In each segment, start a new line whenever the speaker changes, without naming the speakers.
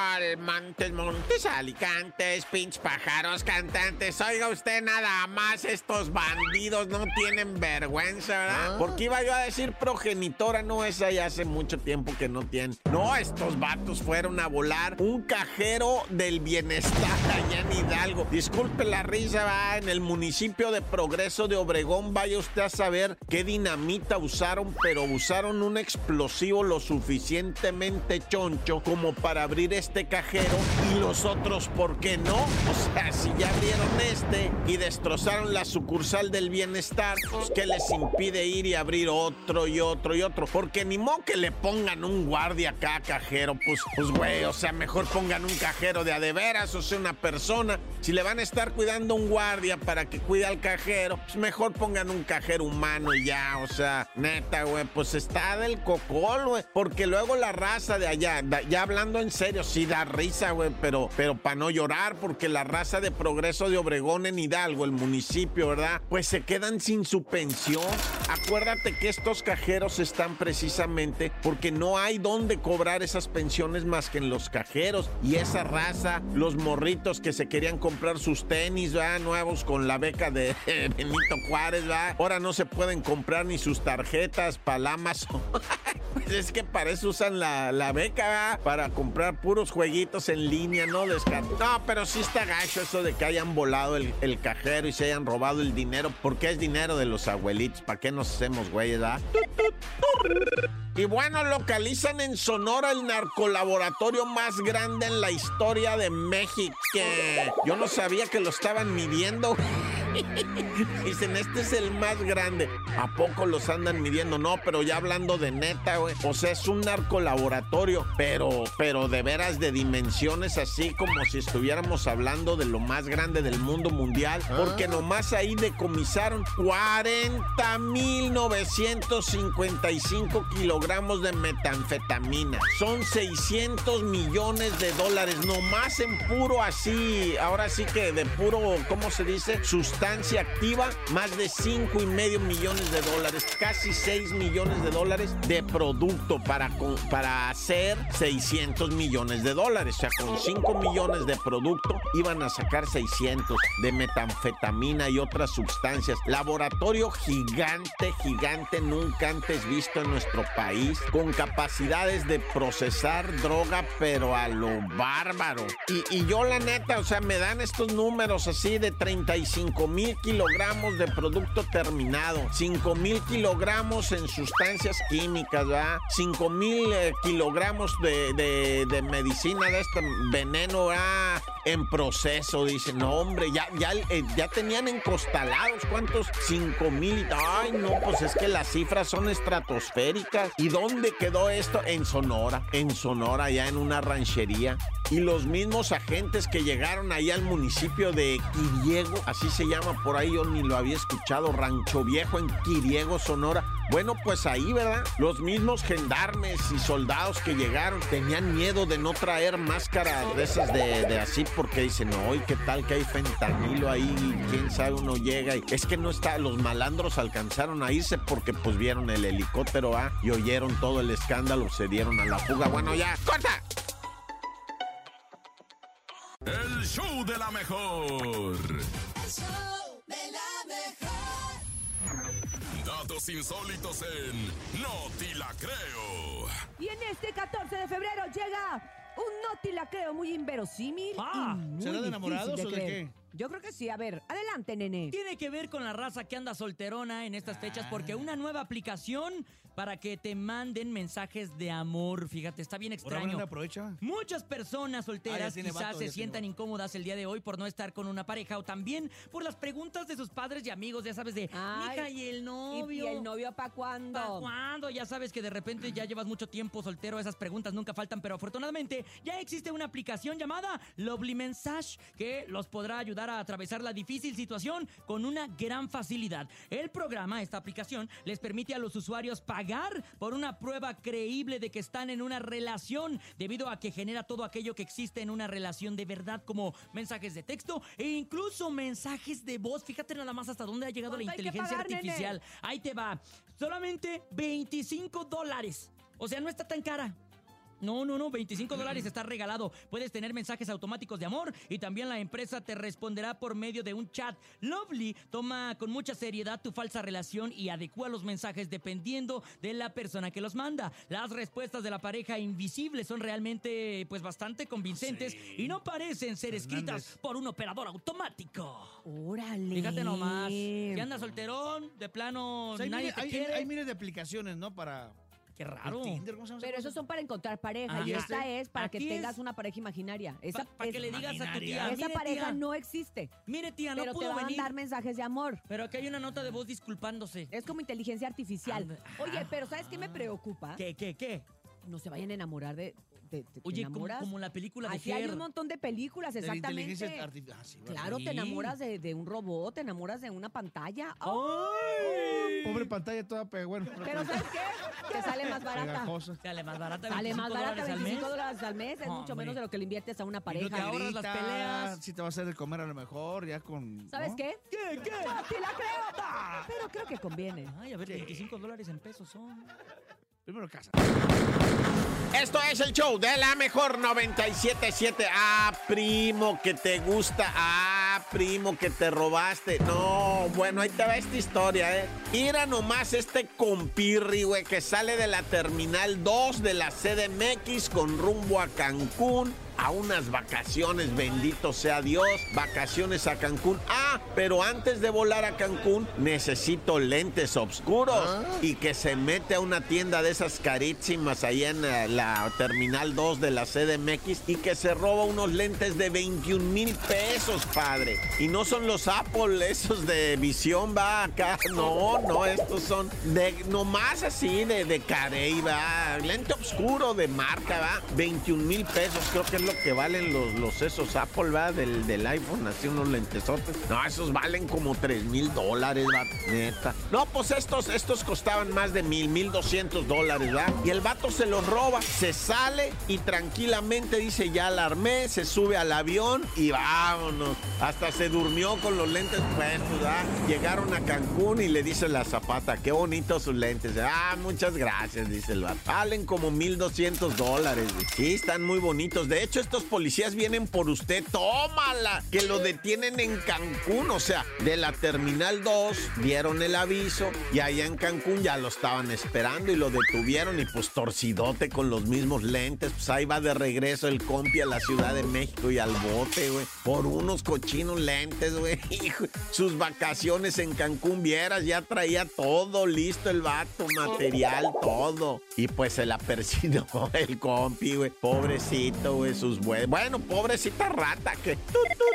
Almontes, Montes, Alicantes, pinch pájaros, cantantes. Oiga usted nada más, estos bandidos no tienen vergüenza,
Ah.
¿verdad? Porque iba yo a decir progenitora, no, esa ya hace mucho tiempo que no tienen. No, estos vatos fueron a volar un cajero del bienestar allá en Hidalgo. Disculpe la risa, va en el municipio de Progreso de Obregón, vaya usted a saber qué dinamita usaron, pero usaron un explosivo lo suficientemente choncho como para abrir este cajero y los otros, ¿por qué no? O sea, si ya abrieron este y destrozaron la sucursal del bienestar, pues ¿qué les impide ir y abrir otro y otro y otro? Porque ni modo que le pongan un guardia acá a cajero, pues, pues güey, o sea, mejor pongan un cajero de a de veras, o sea, una persona. Si le van a estar cuidando un guardia para que cuide al cajero, pues mejor pongan un cajero humano y ya, o sea, neta, güey, pues está del cocol, güey, porque luego la raza de allá, da- ya hablando en serio, sí da risa, güey, pero, pero para no llorar, porque la raza de progreso de Obregón en Hidalgo, el municipio, ¿verdad? Pues se quedan sin su pensión. Acuérdate que estos cajeros están precisamente porque no hay dónde cobrar esas pensiones más que en los cajeros. Y esa raza, los morritos que se querían comprar sus tenis, ¿verdad? Nuevos con la beca de Benito Juárez, ¿verdad? Ahora no se pueden comprar ni sus tarjetas para el Amazon. Pues es que para eso usan la, la beca, ¿verdad? para comprar puros jueguitos en línea, ¿no? Descar- no, pero sí está gacho eso de que hayan volado el, el cajero y se hayan robado el dinero, porque es dinero de los abuelitos. ¿Para qué nos hacemos, güey, verdad? Y bueno, localizan en Sonora el narcolaboratorio más grande en la historia de México. Yo no sabía que lo estaban midiendo. Dicen, este es el más grande. ¿A poco los andan midiendo? No, pero ya hablando de neta, güey. O sea, es un narcolaboratorio, pero, pero de veras de dimensiones así como si estuviéramos hablando de lo más grande del mundo mundial. Porque nomás ahí decomisaron 40.955 kilogramos de metanfetamina. Son 600 millones de dólares. Nomás en puro así, ahora sí que de puro, ¿cómo se dice? Sustancia activa, más de 5 y medio millones de dólares, casi 6 millones de dólares de producto para, con- para hacer 600 millones de dólares. O sea, con 5 millones de producto iban a sacar 600 de metanfetamina y otras sustancias. Laboratorio gigante, gigante, nunca antes visto en nuestro país, con capacidades de procesar droga, pero a lo bárbaro. Y, y yo la neta, o sea, me dan estos números así de 35 mil kilogramos de producto terminado, 5 mil kilogramos en sustancias químicas, ¿verdad? 5 mil eh, kilogramos de, de- de medicina de este veneno, ¿verdad? En proceso, dicen, no hombre, ya, ya, eh, ya tenían encostalados, ¿cuántos? 5 mil, ay no, pues es que las cifras son estratosféricas. ¿Y dónde quedó esto? En Sonora, en Sonora, ya en una ranchería. Y los mismos agentes que llegaron ahí al municipio de Quiriego, así se llama por ahí, yo ni lo había escuchado, Rancho Viejo en Quiriego, Sonora. Bueno, pues ahí, ¿verdad? Los mismos gendarmes y soldados que llegaron tenían miedo de no traer máscaras de esas de, de así porque dicen, no, ¿y qué tal que hay fentanilo ahí? ¿Quién sabe? Uno llega y es que no está, los malandros alcanzaron a irse porque pues vieron el helicóptero A y oyeron todo el escándalo, se dieron a la fuga. Bueno, ya, corta.
El show de la mejor. Datos insólitos en No Te La Creo.
Y en este 14 de febrero llega un noti la creo muy inverosímil.
Ah,
y muy
¿será
difícil
de enamorados o de
creer.
qué?
Yo creo que sí. A ver, adelante, nene.
Tiene que ver con la raza que anda solterona en estas fechas
Ah.
porque una nueva aplicación para que te manden mensajes de amor, fíjate, está bien
Ahora
extraño.
aprovecha.
Muchas personas
Ah,
solteras
ya tiene
quizás
vato,
se
ya tiene
sientan incómodas el día de hoy por no estar con una pareja o también por las preguntas de sus padres y amigos, ya sabes, de
Ay,
"Mija, y el
¿Y, y
novio.
el novio pa' cuándo?
¿Pa' cuándo? Ya sabes que de repente ya llevas mucho tiempo soltero, esas preguntas nunca faltan, pero afortunadamente ya existe una aplicación llamada Lovely Message que los podrá ayudar a atravesar la difícil situación con una gran facilidad. El programa, esta aplicación, les permite a los usuarios pagar por una prueba creíble de que están en una relación debido a que genera todo aquello que existe en una relación de verdad como mensajes de texto e incluso mensajes de voz. Fíjate nada más hasta dónde ha llegado la
¿Cuánto hay que
inteligencia
pagar, nene?
artificial. Ahí te va. Solamente 25 dólares. O sea, no está tan cara. No, no, no, 25 dólares está regalado. Puedes tener mensajes automáticos de amor y también la empresa te responderá por medio de un chat. Lovely toma con mucha seriedad tu falsa relación y adecua los mensajes dependiendo de la persona que los manda. Las respuestas de la pareja invisible son realmente pues bastante convincentes
Ah,
y no parecen ser escritas por un operador automático.
Órale.
Fíjate nomás, si andas solterón, de plano
O sea, Pues hay,
nadie
miles,
te
hay-
quiere.
hay miles de aplicaciones, ¿no? Para
Qué
el
raro.
Tinder, ¿cómo se llama?
Pero esos son para encontrar pareja y
Ajá.
esta es para que
Aquí es-
tengas una pareja imaginaria. Esa,
Para
es-
que le digas a tu tía,
esa
"Mire,
pareja
tía,
no existe,
Mire, tía, no
pero te
pudo
va a
venir.
mandar mensajes de amor.
Pero aquí hay una nota de voz disculpándose.
Es como inteligencia artificial.
Anda, ajá.
Oye, pero ¿sabes qué me preocupa?
Ah. ¿Qué, qué, qué?
No se vayan a enamorar de... de- de- ¿te
Oye, como,
enamoras?
como la película de
Así hay
Her.
un montón de películas,
De la
exactamente.
inteligencia artificial. Ah, sí, vale.
Claro,
Sí.
te enamoras de, de un robot, te enamoras de una pantalla. ¡Oh!
¡Ay!
Pobre pantalla toda, pe- bueno.
Pero ¿sabes qué? Te sale más barata.
pegajosa.
Sale más barata.
Sale más
25
barata,
dólares al
25
mes.
dólares al mes. Es mucho
Hombre.
menos de lo que le inviertes a una
Y no te
pareja.
ahorras las
grita,
peleas.
Sí te va a hacer de comer a lo mejor, ya con...
¿Sabes
¿no?
qué? ¿Qué? ¿Qué? ¡Te la creo! Ah. Pero creo que conviene.
Ay, a ver, 25 dólares en pesos son.
Primero casa.
Esto es el show de la mejor 977. Ah, primo, que te gusta. Ah, primo, que te robaste. No, bueno, ahí te va esta historia, ¿eh? Mira nomás este compirri, güey, que sale de la terminal 2 de la CDMX con rumbo a Cancún. A unas vacaciones, bendito sea Dios, vacaciones a Cancún. Ah, pero antes de volar a Cancún necesito lentes oscuros y que se mete a una tienda de esas carísimas ahí en eh, la Terminal 2 de la CDMX y que se roba unos lentes de 21 mil pesos, padre. Y no son los Apple, esos de visión, va acá. No, no, estos son de nomás así, de, de carey, va. Lente oscuro de marca, va. 21 mil pesos, creo que es lo que valen los, los esos Apple, va, del, del iPhone, así unos lentesotes. No, esos valen como 3 mil dólares, va, neta. No, pues estos, estos costaban más de mil, mil doscientos dólares, va. Y el vato se los roba, se sale y tranquilamente dice, ya la armé, se sube al avión y vámonos. Hasta se durmió con los lentes puestos, ¿verdad? Llegaron a Cancún y le dice la zapata, qué bonitos sus lentes. Ah, muchas gracias, dice el vato. Valen como 1.200 dólares. Sí, están muy bonitos. De hecho, estos policías vienen por usted. ¡Tómala! Que lo detienen en Cancún. O sea, de la Terminal 2 dieron el aviso y allá en Cancún ya lo estaban esperando y lo detuvieron y pues torcidote con los mismos lentes. Pues ahí va de regreso el compi a la Ciudad de México y al bote, güey. Por unos cochinos lentes, güey. Hijo, Sus vacaciones en Cancún, vieras, ya traía todo listo el vato, material, todo. Y pues se la persiguió el compi, güey. Pobrecito, güey, sus güey. Bueno, pobrecita rata que... tut, tut,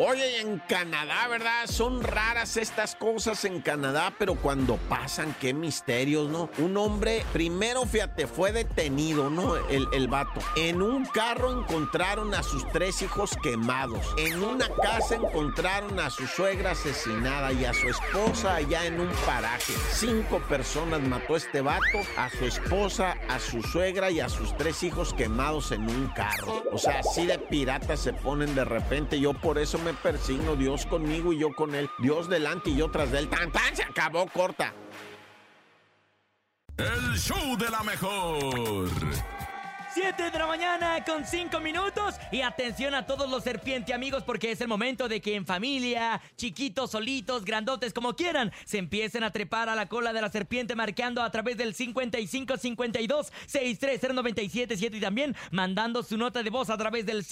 Oye, y en Canadá, ¿verdad? Son raras estas cosas en Canadá, pero cuando pasan, qué misterios, ¿no? Un hombre, primero, fíjate, fue detenido, ¿no? El, el vato. En un carro encontraron a sus tres hijos quemados. En una casa encontraron a su suegra asesinada y a su esposa allá en un paraje. Cinco personas mató este vato, a su esposa, a su suegra y a sus tres hijos quemados en un carro. O sea, así de piratas se ponen de repente. Yo por eso me persigno, Dios conmigo y yo con él. Dios delante y yo tras de él. ¡Tan, tan! Se acabó corta.
El show de la mejor.
7 de la mañana con 5 minutos. Y atención a todos los serpiente amigos, porque es el momento de que en familia, chiquitos, solitos, grandotes, como quieran, se empiecen a trepar a la cola de la serpiente, marcando a través del 5552-630977 y también mandando su nota de voz a través del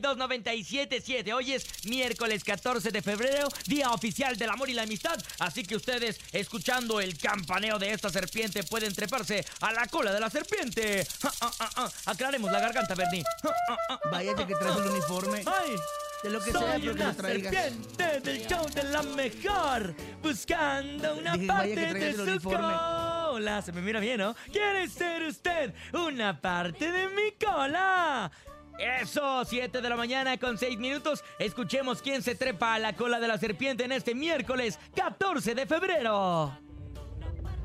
5580-032-977. Hoy es miércoles 14 de febrero, día oficial del amor y la amistad. Así que ustedes, escuchando el campaneo de esta serpiente, pueden treparse a la cola de la serpiente. Ah, ah, ah, ah. Aclaremos la garganta, Bernie. Ah, ah, ah, ah,
Váyate que traes el uniforme.
¡Ay!
De lo que sea,
Soy
pero que
una
lo traigas.
serpiente del show de la mejor, buscando una
Dije, vaya que
parte de
traigas el
su
uniforme.
cola. Se me mira bien, ¿no? ¿Quiere ser usted una parte de mi cola? Eso, 7 de la mañana con 6 minutos. Escuchemos quién se trepa a la cola de la serpiente en este miércoles 14 de febrero.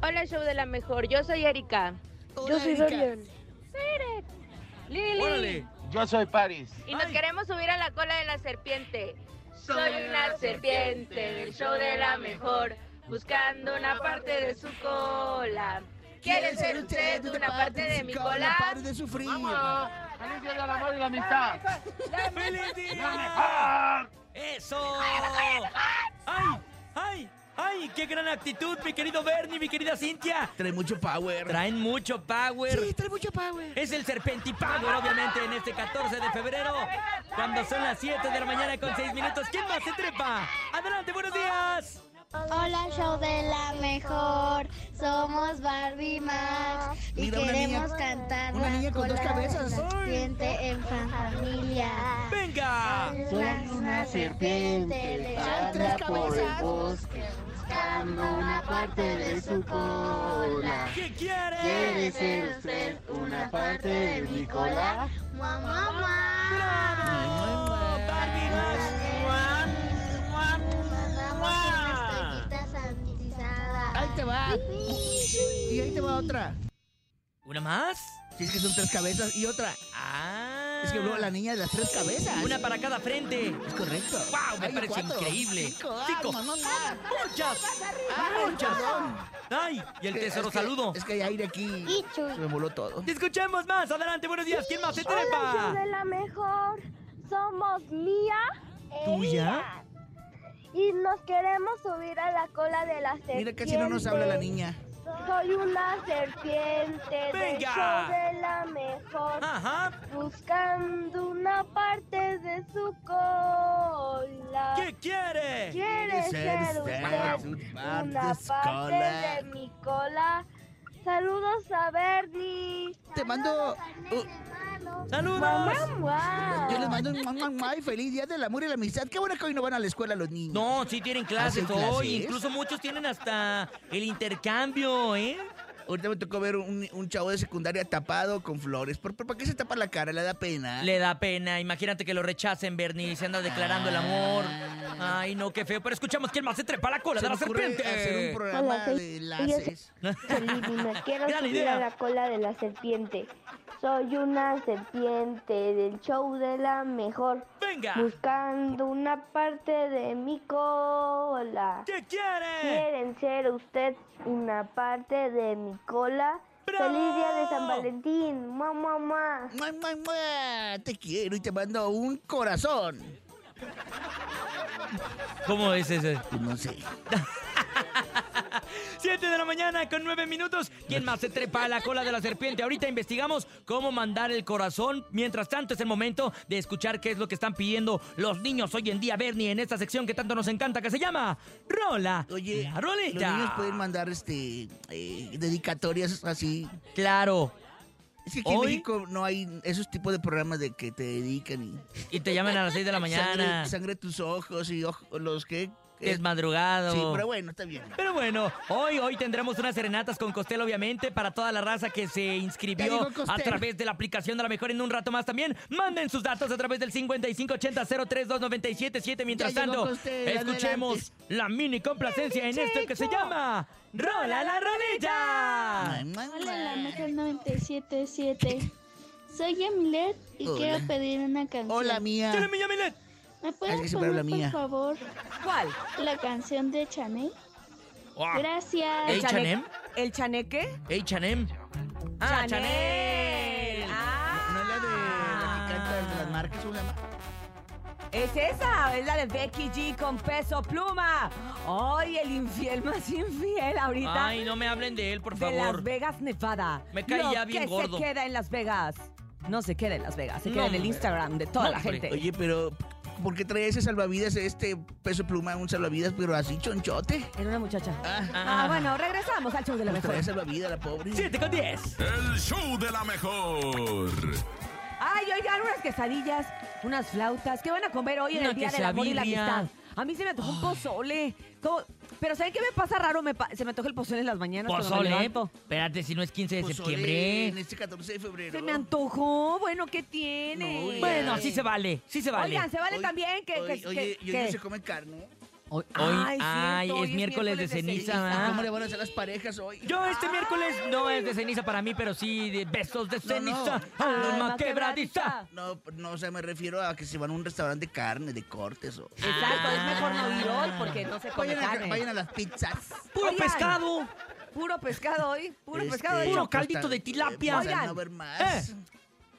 Hola, show de la mejor. Yo soy Erika. Yo soy Dorian. Lili.
¡Órale!
Yo soy Paris.
Y nos
Ay.
queremos subir a la cola de la serpiente. Soy una serpiente del show de la mejor, buscando una parte de su cola. ¿Quiere ser usted una parte de mi cola?
parte de sufrir.
¡Feliz día del amor y la amistad!
¡Feliz día! ¡Eso! ¡Ay! ¡Ay! ¡Ay! ¡Qué gran actitud, mi querido Bernie, mi querida Cintia!
Trae mucho power.
Traen mucho power.
Sí, trae mucho power.
Es el Serpentipower, obviamente, en este 14 de febrero, cuando son las 7 de la mañana con 6 minutos. ¿Quién más se trepa? ¡Adelante, buenos días!
Hola, show de la mejor. Somos Barbie Max y
Mira, una
queremos
niña-
cantar
una
la
niña con dos
cola
cabezas.
de la serpiente en fan familia.
¡Venga!
Es una serpiente anda por el bosque buscando una parte de su cola.
¿Qué quiere?
¿Quiere ser usted una parte de mi cola? Mua, mua, mua.
¡Bravo! ¡Barbie Max!
Mandamos una estrellita sanitizada.
Ahí te va.
Y ahí te va otra.
¿Una más?
Si es que son tres cabezas y otra.
¡Ah!
Es que bro, la niña de las tres cabezas.
Una para cada frente.
Es correcto.
¡Wow! Me
Ay,
parece
cuatro.
increíble.
Cinco. Ah,
Cinco.
mamá, mamá.
¡Muchas! ¡Muchas! ¡Ay! Y el tesoro
Es que-
saludo.
Es que hay aire aquí.
Y chuy.
Se me voló todo.
Te escuchamos más. Adelante, buenos días. ¿Quién más se
Hola, yo
trepa?
de la mejor. Somos Mía. e
¿Tuya?
Ian. Y nos queremos subir a la cola de la serpiente.
Mira, casi no nos habla la niña.
Soy una serpiente del
Venga.
show de la mejor.
Ajá.
Buscando una parte de su cola.
¿Qué quiere?
¿Quiere
Quiere
ser
ser
usted
usted
una
su
parte
cola.
de mi cola? Saludos a Bernie.
Te mando. uh,
¡Saludos!
Guau.
yo les mando un mamá, mamá y feliz día del amor y la amistad. Qué bueno que hoy no van a la escuela los niños.
No, sí tienen clases
¿Hacen clases?
hoy. Incluso muchos tienen hasta el intercambio, ¿eh?
Ahorita me tocó ver un, un chavo de secundaria tapado con flores. ¿Por, por, por qué se tapa la cara? ¿Le da pena?
Le da pena. Imagínate que lo rechacen, Bernie. Se anda declarando el amor. Ay, no, qué feo. Pero escuchamos quién más se trepa la cola
Ah. Se
de
me
la
ocurre
serpiente.
Hacer un programa
Hola, soy-
de enlaces.
Feliz, y me quiero
Gran
subir
idea.
a la cola de la serpiente. Soy una serpiente del show de la mejor,
¡Venga!
buscando una parte de mi cola.
¿Qué quiere?
¿Quieren ser usted una parte de mi cola?
¡Bravo!
¡Feliz día de San Valentín! ¡Mua, mua, mua!
Mua, mua, mua. Te quiero y te mando un corazón.
¿Cómo es ese?
Pues no sé.
7 de la mañana con 9 minutos. ¿Quién más se trepa a la cola de la serpiente? Ahorita investigamos cómo mandar el corazón. Mientras tanto, es el momento de escuchar qué es lo que están pidiendo los niños hoy en día, Bernie, en esta sección que tanto nos encanta, que se llama Rola.
Oye,
la rolita.
los niños pueden mandar este eh, dedicatorias así.
Claro.
Es que aquí en
Hoy-
México no hay esos tipos de programas de que te dedican y
Y te llaman a las 6 de la mañana.
sangre, sangre tus ojos y ojo- los que
Es
eh,
madrugado.
Sí, pero bueno, está bien.
Pero bueno, hoy, hoy tendremos unas serenatas con Costel, obviamente, para toda la raza que se
Ya
inscribió
llegó Costel.
a través de la aplicación de la mejor en un rato más también. Manden sus datos a través del 5580-032977. Mientras
Ya llegó
tanto,
Costel,
escuchemos la mini complacencia en esto que se llama Rola la Rolita.
Hola, la mejor 977. Soy Emilet y
Hola.
quiero pedir una canción.
Hola, mía.
Chale, mi Yamilet.
¿Me
Es que
puedes
siempre
poner,
habla mía.
por favor,
¿Cuál? Ah.
la canción de Chanel?
Wow.
Gracias.
¿El Ah. Chanem?
¿El chaneque?
Hey, Chanem. Ah, Chanel.
Ah,
No es la de la que canta de las marcas. una ma-
es esa, es la de Becky G con peso pluma. Ay, el infiel más infiel ahorita
Ay, no me hablen de él, por
de Las
favor.
Vegas, Nevada.
Me cae
Lo
ya bien
que
gordo.
se queda en Las Vegas. No se queda en Las Vegas, se queda
No,
en el
hombre.
Instagram de toda
No,
la
hombre.
gente.
Oye, pero ¿por qué trae ese salvavidas, este peso pluma, un salvavidas, pero así chonchote?
Era una muchacha.
Ah,
Ah, bueno, regresamos al show de la
pues
mejor.
trae salvavidas, la pobre.
7 con 10.
El show de la mejor.
Ay, oigan, unas quesadillas, unas flautas. ¿Qué van a comer hoy en
Una
el Día del Amor y la
quesadilla.
Amistad? A mí se me antojó un pozole. ¿Cómo? Pero ¿saben qué me pasa raro? Me pa- se me antoja el pozole en las mañanas cuando me
Pozole.
levanto.
Espérate, si no es 15 de
Pozole En
septiembre.
este 14 de febrero.
Se me antojó. Bueno, ¿qué tiene?
No, ya.
Bueno, sí se vale, sí se vale.
Oigan, se vale
Hoy-
también que...
hoy-
que- que-
Oye, y hoy no
que-
se come carne.
Hoy,
ay, es miércoles de ceniza, ¿ah?
¿Cómo le van a hacer las parejas hoy?
Yo este miércoles no es de ceniza para mí, pero sí de besos de
No, no.
ceniza. Alma
Alma
quebradiza.
quebradiza.
No, no, o sea, me refiero a que se van a un restaurante de carne, de cortes o... Ah,
Ah.
Exacto, es mejor no ir hoy porque no se come
Vayan a,
carne.
vayan a las pizzas.
Puro
Oigan.
pescado.
Puro pescado hoy, puro
Es
pescado.
que
hoy.
Puro
ya
caldito
está-
de tilapia.
empiezan a
Oigan.
ver más.
Eh.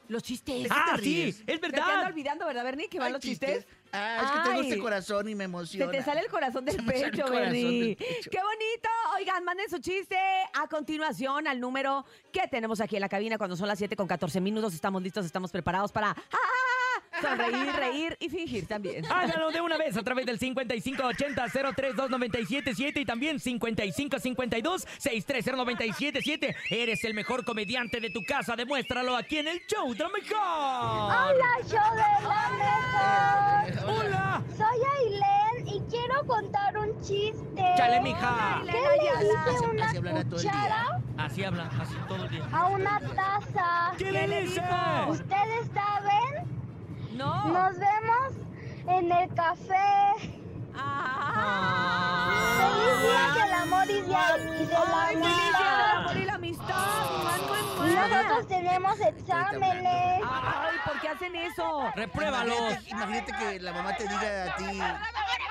Los chistes.
¿De qué
Ah,
te
sí,
ríes?
es
¿Te ando
verdad.
olvidando, verdad, Bernie, que van
Ay,
los chistes?
Ah, es que tengo este
Ay.
corazón y me
Se
emociona.
te sale el corazón del
Se me sale el
pecho,
corazón
Bernie.
del pecho.
¡Qué bonito! Oigan, manden su chiste a continuación al número que tenemos aquí en la cabina cuando son las 7 con 14 minutos. Estamos listos, estamos preparados para ¡ah! sonreír, reír y fingir también.
Háganlo de una vez a través del 5580-032977 y también 5552-630977. Eres el mejor comediante de tu casa. Demuéstralo aquí en el show de la mejor.
Hola, show de la mejor.
¡Hola!
Soy Ailén y quiero contar un chiste.
Chale, mija.
¿Qué
Hola, Ailén
le
Ayala.
dice
Así- así
una
hablará todo el día.
cuchara
Así habla, así todo el día.
a una taza?
¿Qué le dice?
¿Ustedes saben?
¡No!
Nos vemos en el café. ¡Feliz día del amor y de, y de la
¡Ay, Ah. feliz día del
amistad!
amor y la amistad! ¡Más, más, más!
Nosotros tenemos exámenes.
¡Ay, por qué hacen eso!
Repruébalos.
Imagínate, imagínate que la mamá te diga a ti,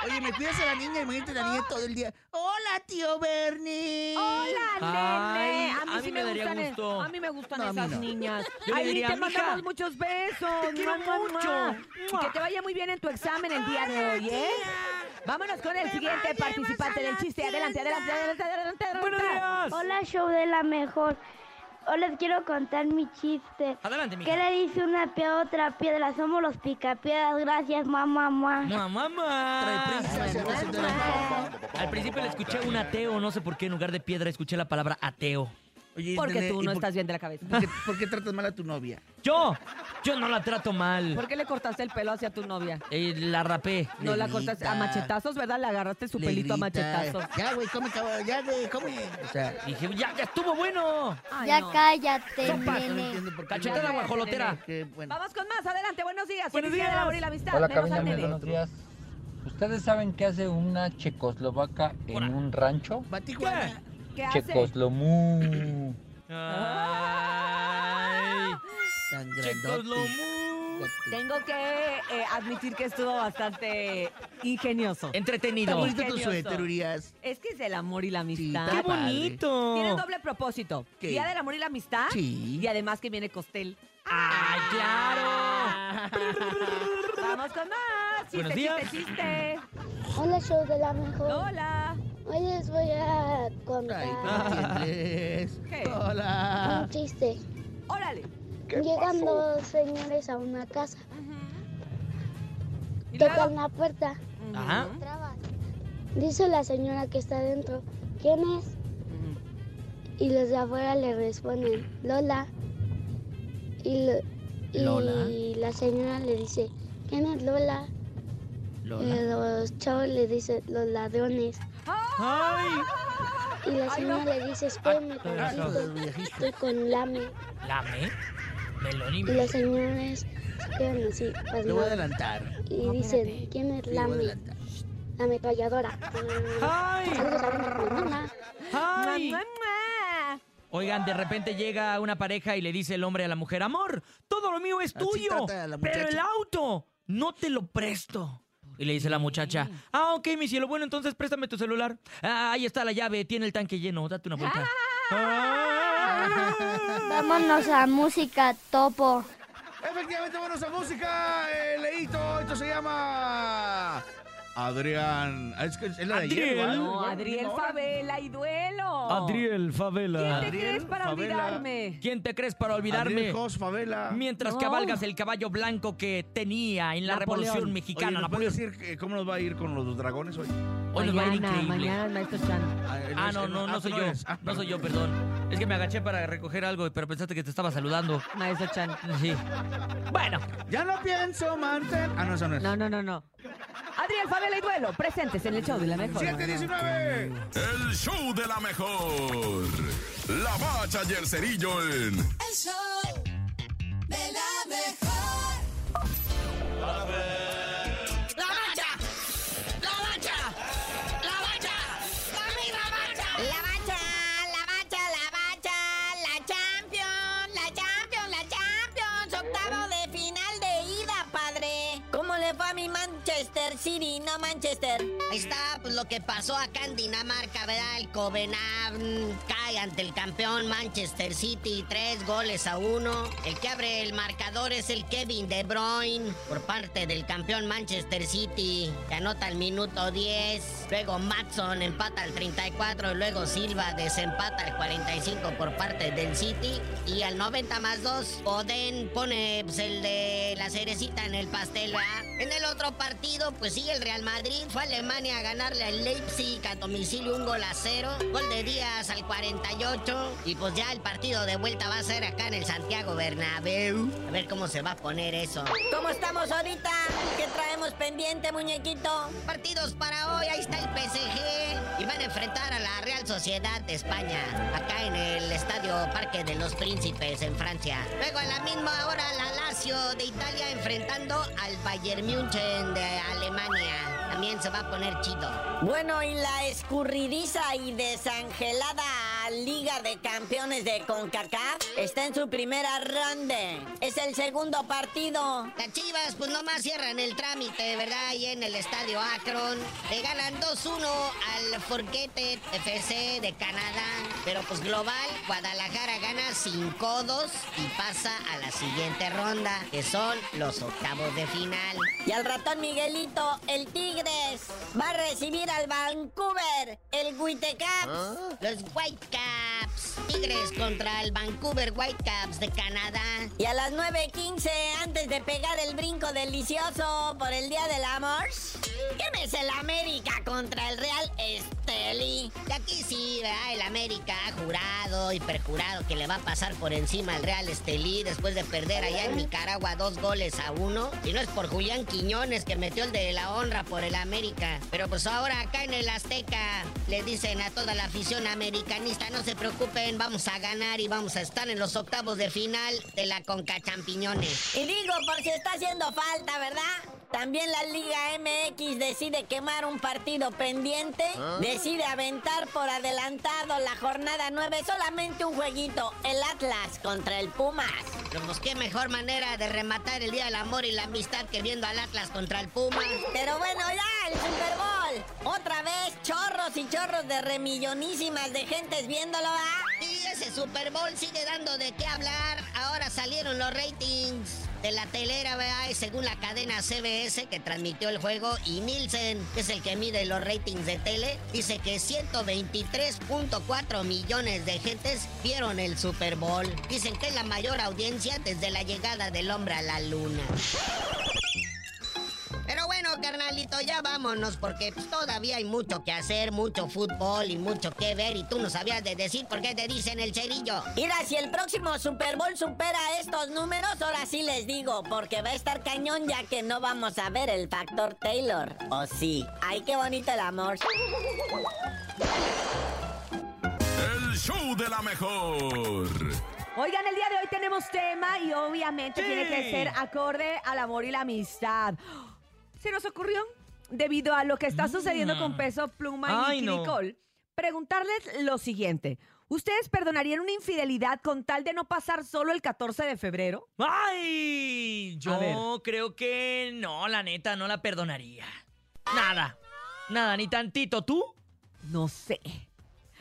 oye, ¿me cuidas a la niña? Imagínate a la niña todo el día, hola, tío Bernie.
¡Hola, nene!
Ay,
a mí, sí me,
daría
gustan, e-
gusto.
A mí me gustan
No, a mí
esas
no.
niñas.
Yo le
Ay,
diría,
te
"Mija,
mandamos muchos besos.
te quiero
Mua, mua,
mucho.
mua. Y
Mua.
que te vaya muy bien en tu examen el día de hoy, ¿eh? Vámonos con el siguiente participante del chiste. Adelante, adelante, adelante, adelante, adelante.
¡Buenos días!
Hola, show de la mejor. Hoy les quiero contar mi chiste.
Adelante, mija.
¿Qué le dice una piedra a otra piedra? Somos los picapiedras. Gracias, mamá, mamá.
No,
Trae
mamá.
prisa, se va haciendo la-
Al principio le escuché un ateo, no sé por qué, en lugar de piedra escuché la palabra ateo.
Oye,
Porque
nene,
tú
¿y
no
por-
estás bien de la cabeza.
¿por qué, por qué tratas mal a tu novia?
Yo, yo no la trato mal.
¿Por qué le cortaste el pelo hacia tu novia?
Eh, la rapé.
No la
Negrita.
cortaste a machetazos, ¿verdad? Le agarraste su
Le
pelito a
grita,
machetazos.
Ya, güey, come, cabrón, ya, güey, come. O sea,
Dije, ya, ya estuvo bueno.
Ay,
Ya
no.
cállate,
no
nene.
entiendo por qué.
Cachetada
Ya,
la
ya,
guajolotera.
Que, bueno,
Vamos con más, adelante, buenos días.
Buenos
Feliz día del
días.
amor y la amistad.
Hola,
Menos
cabina,
al nene.
buenos días. ¿Ustedes saben qué hace una checoslovaca en
Hola.
un rancho?
va a Tijuana.
¿Qué hace?
Checoslomu.
Ay,
Tan
chicos, lo
grandote.
mu-
Tengo que eh, admitir que estuvo bastante ingenioso.
Está
Entretenido.
bonito tu
Ingenioso.
suéter, Urias.
Es que es el amor y la amistad.
Sí,
¡Qué
padre.
Tiene
bonito!
doble propósito.
¿Qué?
Día del amor y la amistad.
Sí.
Y además que viene costel.
¡Ay, claro!
Ah,
Vamos con más. Chiste,
Buenos días.
chiste, chiste.
Hola, show de la mejor.
Hola.
Hoy les voy a
Ay,
contar
¿tú entiendes?
¿Qué?
Hola.
un chiste.
Órale.
Llegan dos señores a una casa.
Y
Tocan
luego.
la puerta.
Ujú.
Ajá.
Dice la señora que está adentro. ¿Quién es?
Ujú.
Y los de afuera le responden, Lola. Y, lo- y
Lola.
la señora le dice, ¿quién es Lola?
Lola.
Y los chavos le dicen, los ladrones.
¡Ay!
Y la
Ay, no.
señora le dice, espérame
Ah, ah,
tantito,
ah, viejito.
estoy con Lame.
¿Lame? Melón y
Y los señores se quedan así,
Te voy a
pasmados.
adelantar.
Y
No,
dicen,
espérate.
¿quién es
Te voy a
Lame?
adelantar.
La ametralladora.
¡Ay!
Saludos a mi mamá.
¡Ay!
Mua, mua, mua.
Oigan, de repente llega una pareja y le dice el hombre a la mujer, amor, todo lo mío es
Así
tuyo,
trata a la muchacha.
pero el auto no te lo presto. Y le dice la muchacha, ah, ok, mi cielo, bueno, entonces préstame tu celular. Ah, ahí está la llave, tiene el tanque lleno, date una vuelta.
Ah,
Vámonos a música, topo.
Efectivamente, vamos a música, eh, Leito. Esto se llama. Adrián. Ah, Es que es la de ayer,
Adriel.
¿verdad?
No,
Bueno,
Adriel
no,
Favela y duelo.
Adriel
¿Quién
Favela.
te crees para
Favela.
olvidarme?
¿Quién te crees para olvidarme?
Adriel Jos Favela.
Mientras
No.
cabalgas el caballo blanco que tenía en la
Napoleón.
Revolución
Oye,
Mexicana.
¿nos puede
Napoleón.
decir eh, cómo nos va a ir con los dragones hoy?
Hoy nos va a ir
Mañana,
increíble.
mañana, el maestro Chan.
Ah, no, no, no soy yo. No soy yo, perdón. Es que me agaché para recoger algo, pero pensaste que te estaba saludando.
Maestro Chan.
Sí. Bueno,
Ya no pienso, Mantel. Ah, no, esa no es.
No, no, no, no. Adriel Favela y duelo. Presentes en el show de la mejor.
719.
El show de la mejor. La bacha y el cerillo en.
La bacha, la bacha, la bacha, la champion, la champion, la champions, octavo de final de ida, padre. ¿Cómo le fue a mi Manchester
City, no Manchester.
Ahí está pues, lo que pasó acá en Dinamarca, ¿verdad? El Copenhagen cae ante el campeón Manchester City, tres goles a uno. El que abre el marcador es el Kevin De Bruyne por parte del campeón Manchester City, que anota al minuto 10. Luego Matson empata al 34, luego Silva desempata al 45 por parte del City. Y al 90 más 2, Oden pone pues, el de la cerecita en el pastel, ¿verdad? En el otro partido, pues sigue el Real Madrid. Fue a Alemania a ganarle al Leipzig a domicilio un gol a cero. Gol de Díaz al 48. Y pues ya el partido de vuelta va a ser acá en el Santiago Bernabéu. A ver cómo se va a poner eso.
¿Cómo estamos ahorita? ¿Qué traemos pendiente, muñequito?
Partidos para hoy. Ahí está el PSG. Y van a enfrentar a la Real Sociedad de España. Acá en el Estadio Parque de los Príncipes en Francia. Luego a la misma hora la Lazio de Italia enfrentando al Bayern München de Alemania. También se va a poner chido.
Bueno, y la escurridiza y desangelada Liga de Campeones de CONCACAF está en su primera ronda. Es el segundo partido.
Las chivas, pues nomás cierran el trámite, ¿verdad? Ahí en el estadio Akron. Le ganan 2-1 al Forquete FC de Canadá. Pero pues global, Guadalajara gana 5-2 y pasa a la siguiente ronda, que son los octavos de final.
Y al ratón Miguelito, el Tigres, va a recibir al Vancouver, el Whitecaps.
¿Ah? Los Whitecaps. Tigres contra el Vancouver Whitecaps de Canadá.
Y a las 9.15, antes de pegar el brinco delicioso por el Día del Amor, ¿qué es el América contra el Real Esteli?
Y aquí sí, ¿verdad? El América ha jurado y perjurado que le va a pasar por encima al Real Estelí después de perder allá en Nicaragua dos goles a uno. Y no es por Julián Quiñones que metió el de la honra por el América. Pero pues ahora acá en el Azteca le dicen a toda la afición americanista, no se preocupen, vamos a ganar y vamos a estar en los octavos de final de la Conca Champiñones.
Y digo, por si está haciendo falta, ¿verdad? También la Liga MX decide quemar un partido pendiente,
¿Ah?
decide aventar por adelantado la jornada 9, solamente un jueguito, el Atlas contra el Pumas.
Pero pues qué mejor manera de rematar el Día del Amor y la Amistad que viendo al Atlas contra el Pumas.
Pero bueno, ya el Super Bowl, otra vez chorros y chorros de remillonísimas de gentes viéndolo, ¿ah?
Y ese Super Bowl sigue dando de qué hablar, ahora salieron los ratings de la telera, ¿verdad? Y según la cadena CBS que transmitió el juego y Nielsen, que es el que mide los ratings de tele, dice que 123.4 millones de gentes vieron el Super Bowl. Dicen que es la mayor audiencia desde la llegada del hombre a la luna. Pero bueno, carnalito, ya vámonos porque pues, todavía hay mucho que hacer, mucho fútbol y mucho que ver y tú no sabías de decir por qué te dicen el cerillo.
Mira, si el próximo Super Bowl supera estos números, ahora sí les digo, porque va a estar cañón ya que no vamos a ver el factor Taylor. ¿O oh, sí? Ay, qué bonito el amor.
El show de la mejor.
Oigan, el día de hoy tenemos tema y obviamente
Sí.
tiene que ser acorde al amor y la amistad. Se nos ocurrió, debido a lo que está sucediendo
Mm.
con Peso Pluma
Ay,
y Nicki
no.
Nicole, preguntarles lo siguiente. ¿Ustedes perdonarían una infidelidad con tal de no pasar solo el 14 de febrero?
¡Ay!
ver.
Yo creo que no, la neta, no la perdonaría. Nada. Nada, ni tantito. ¿Tú?
No sé.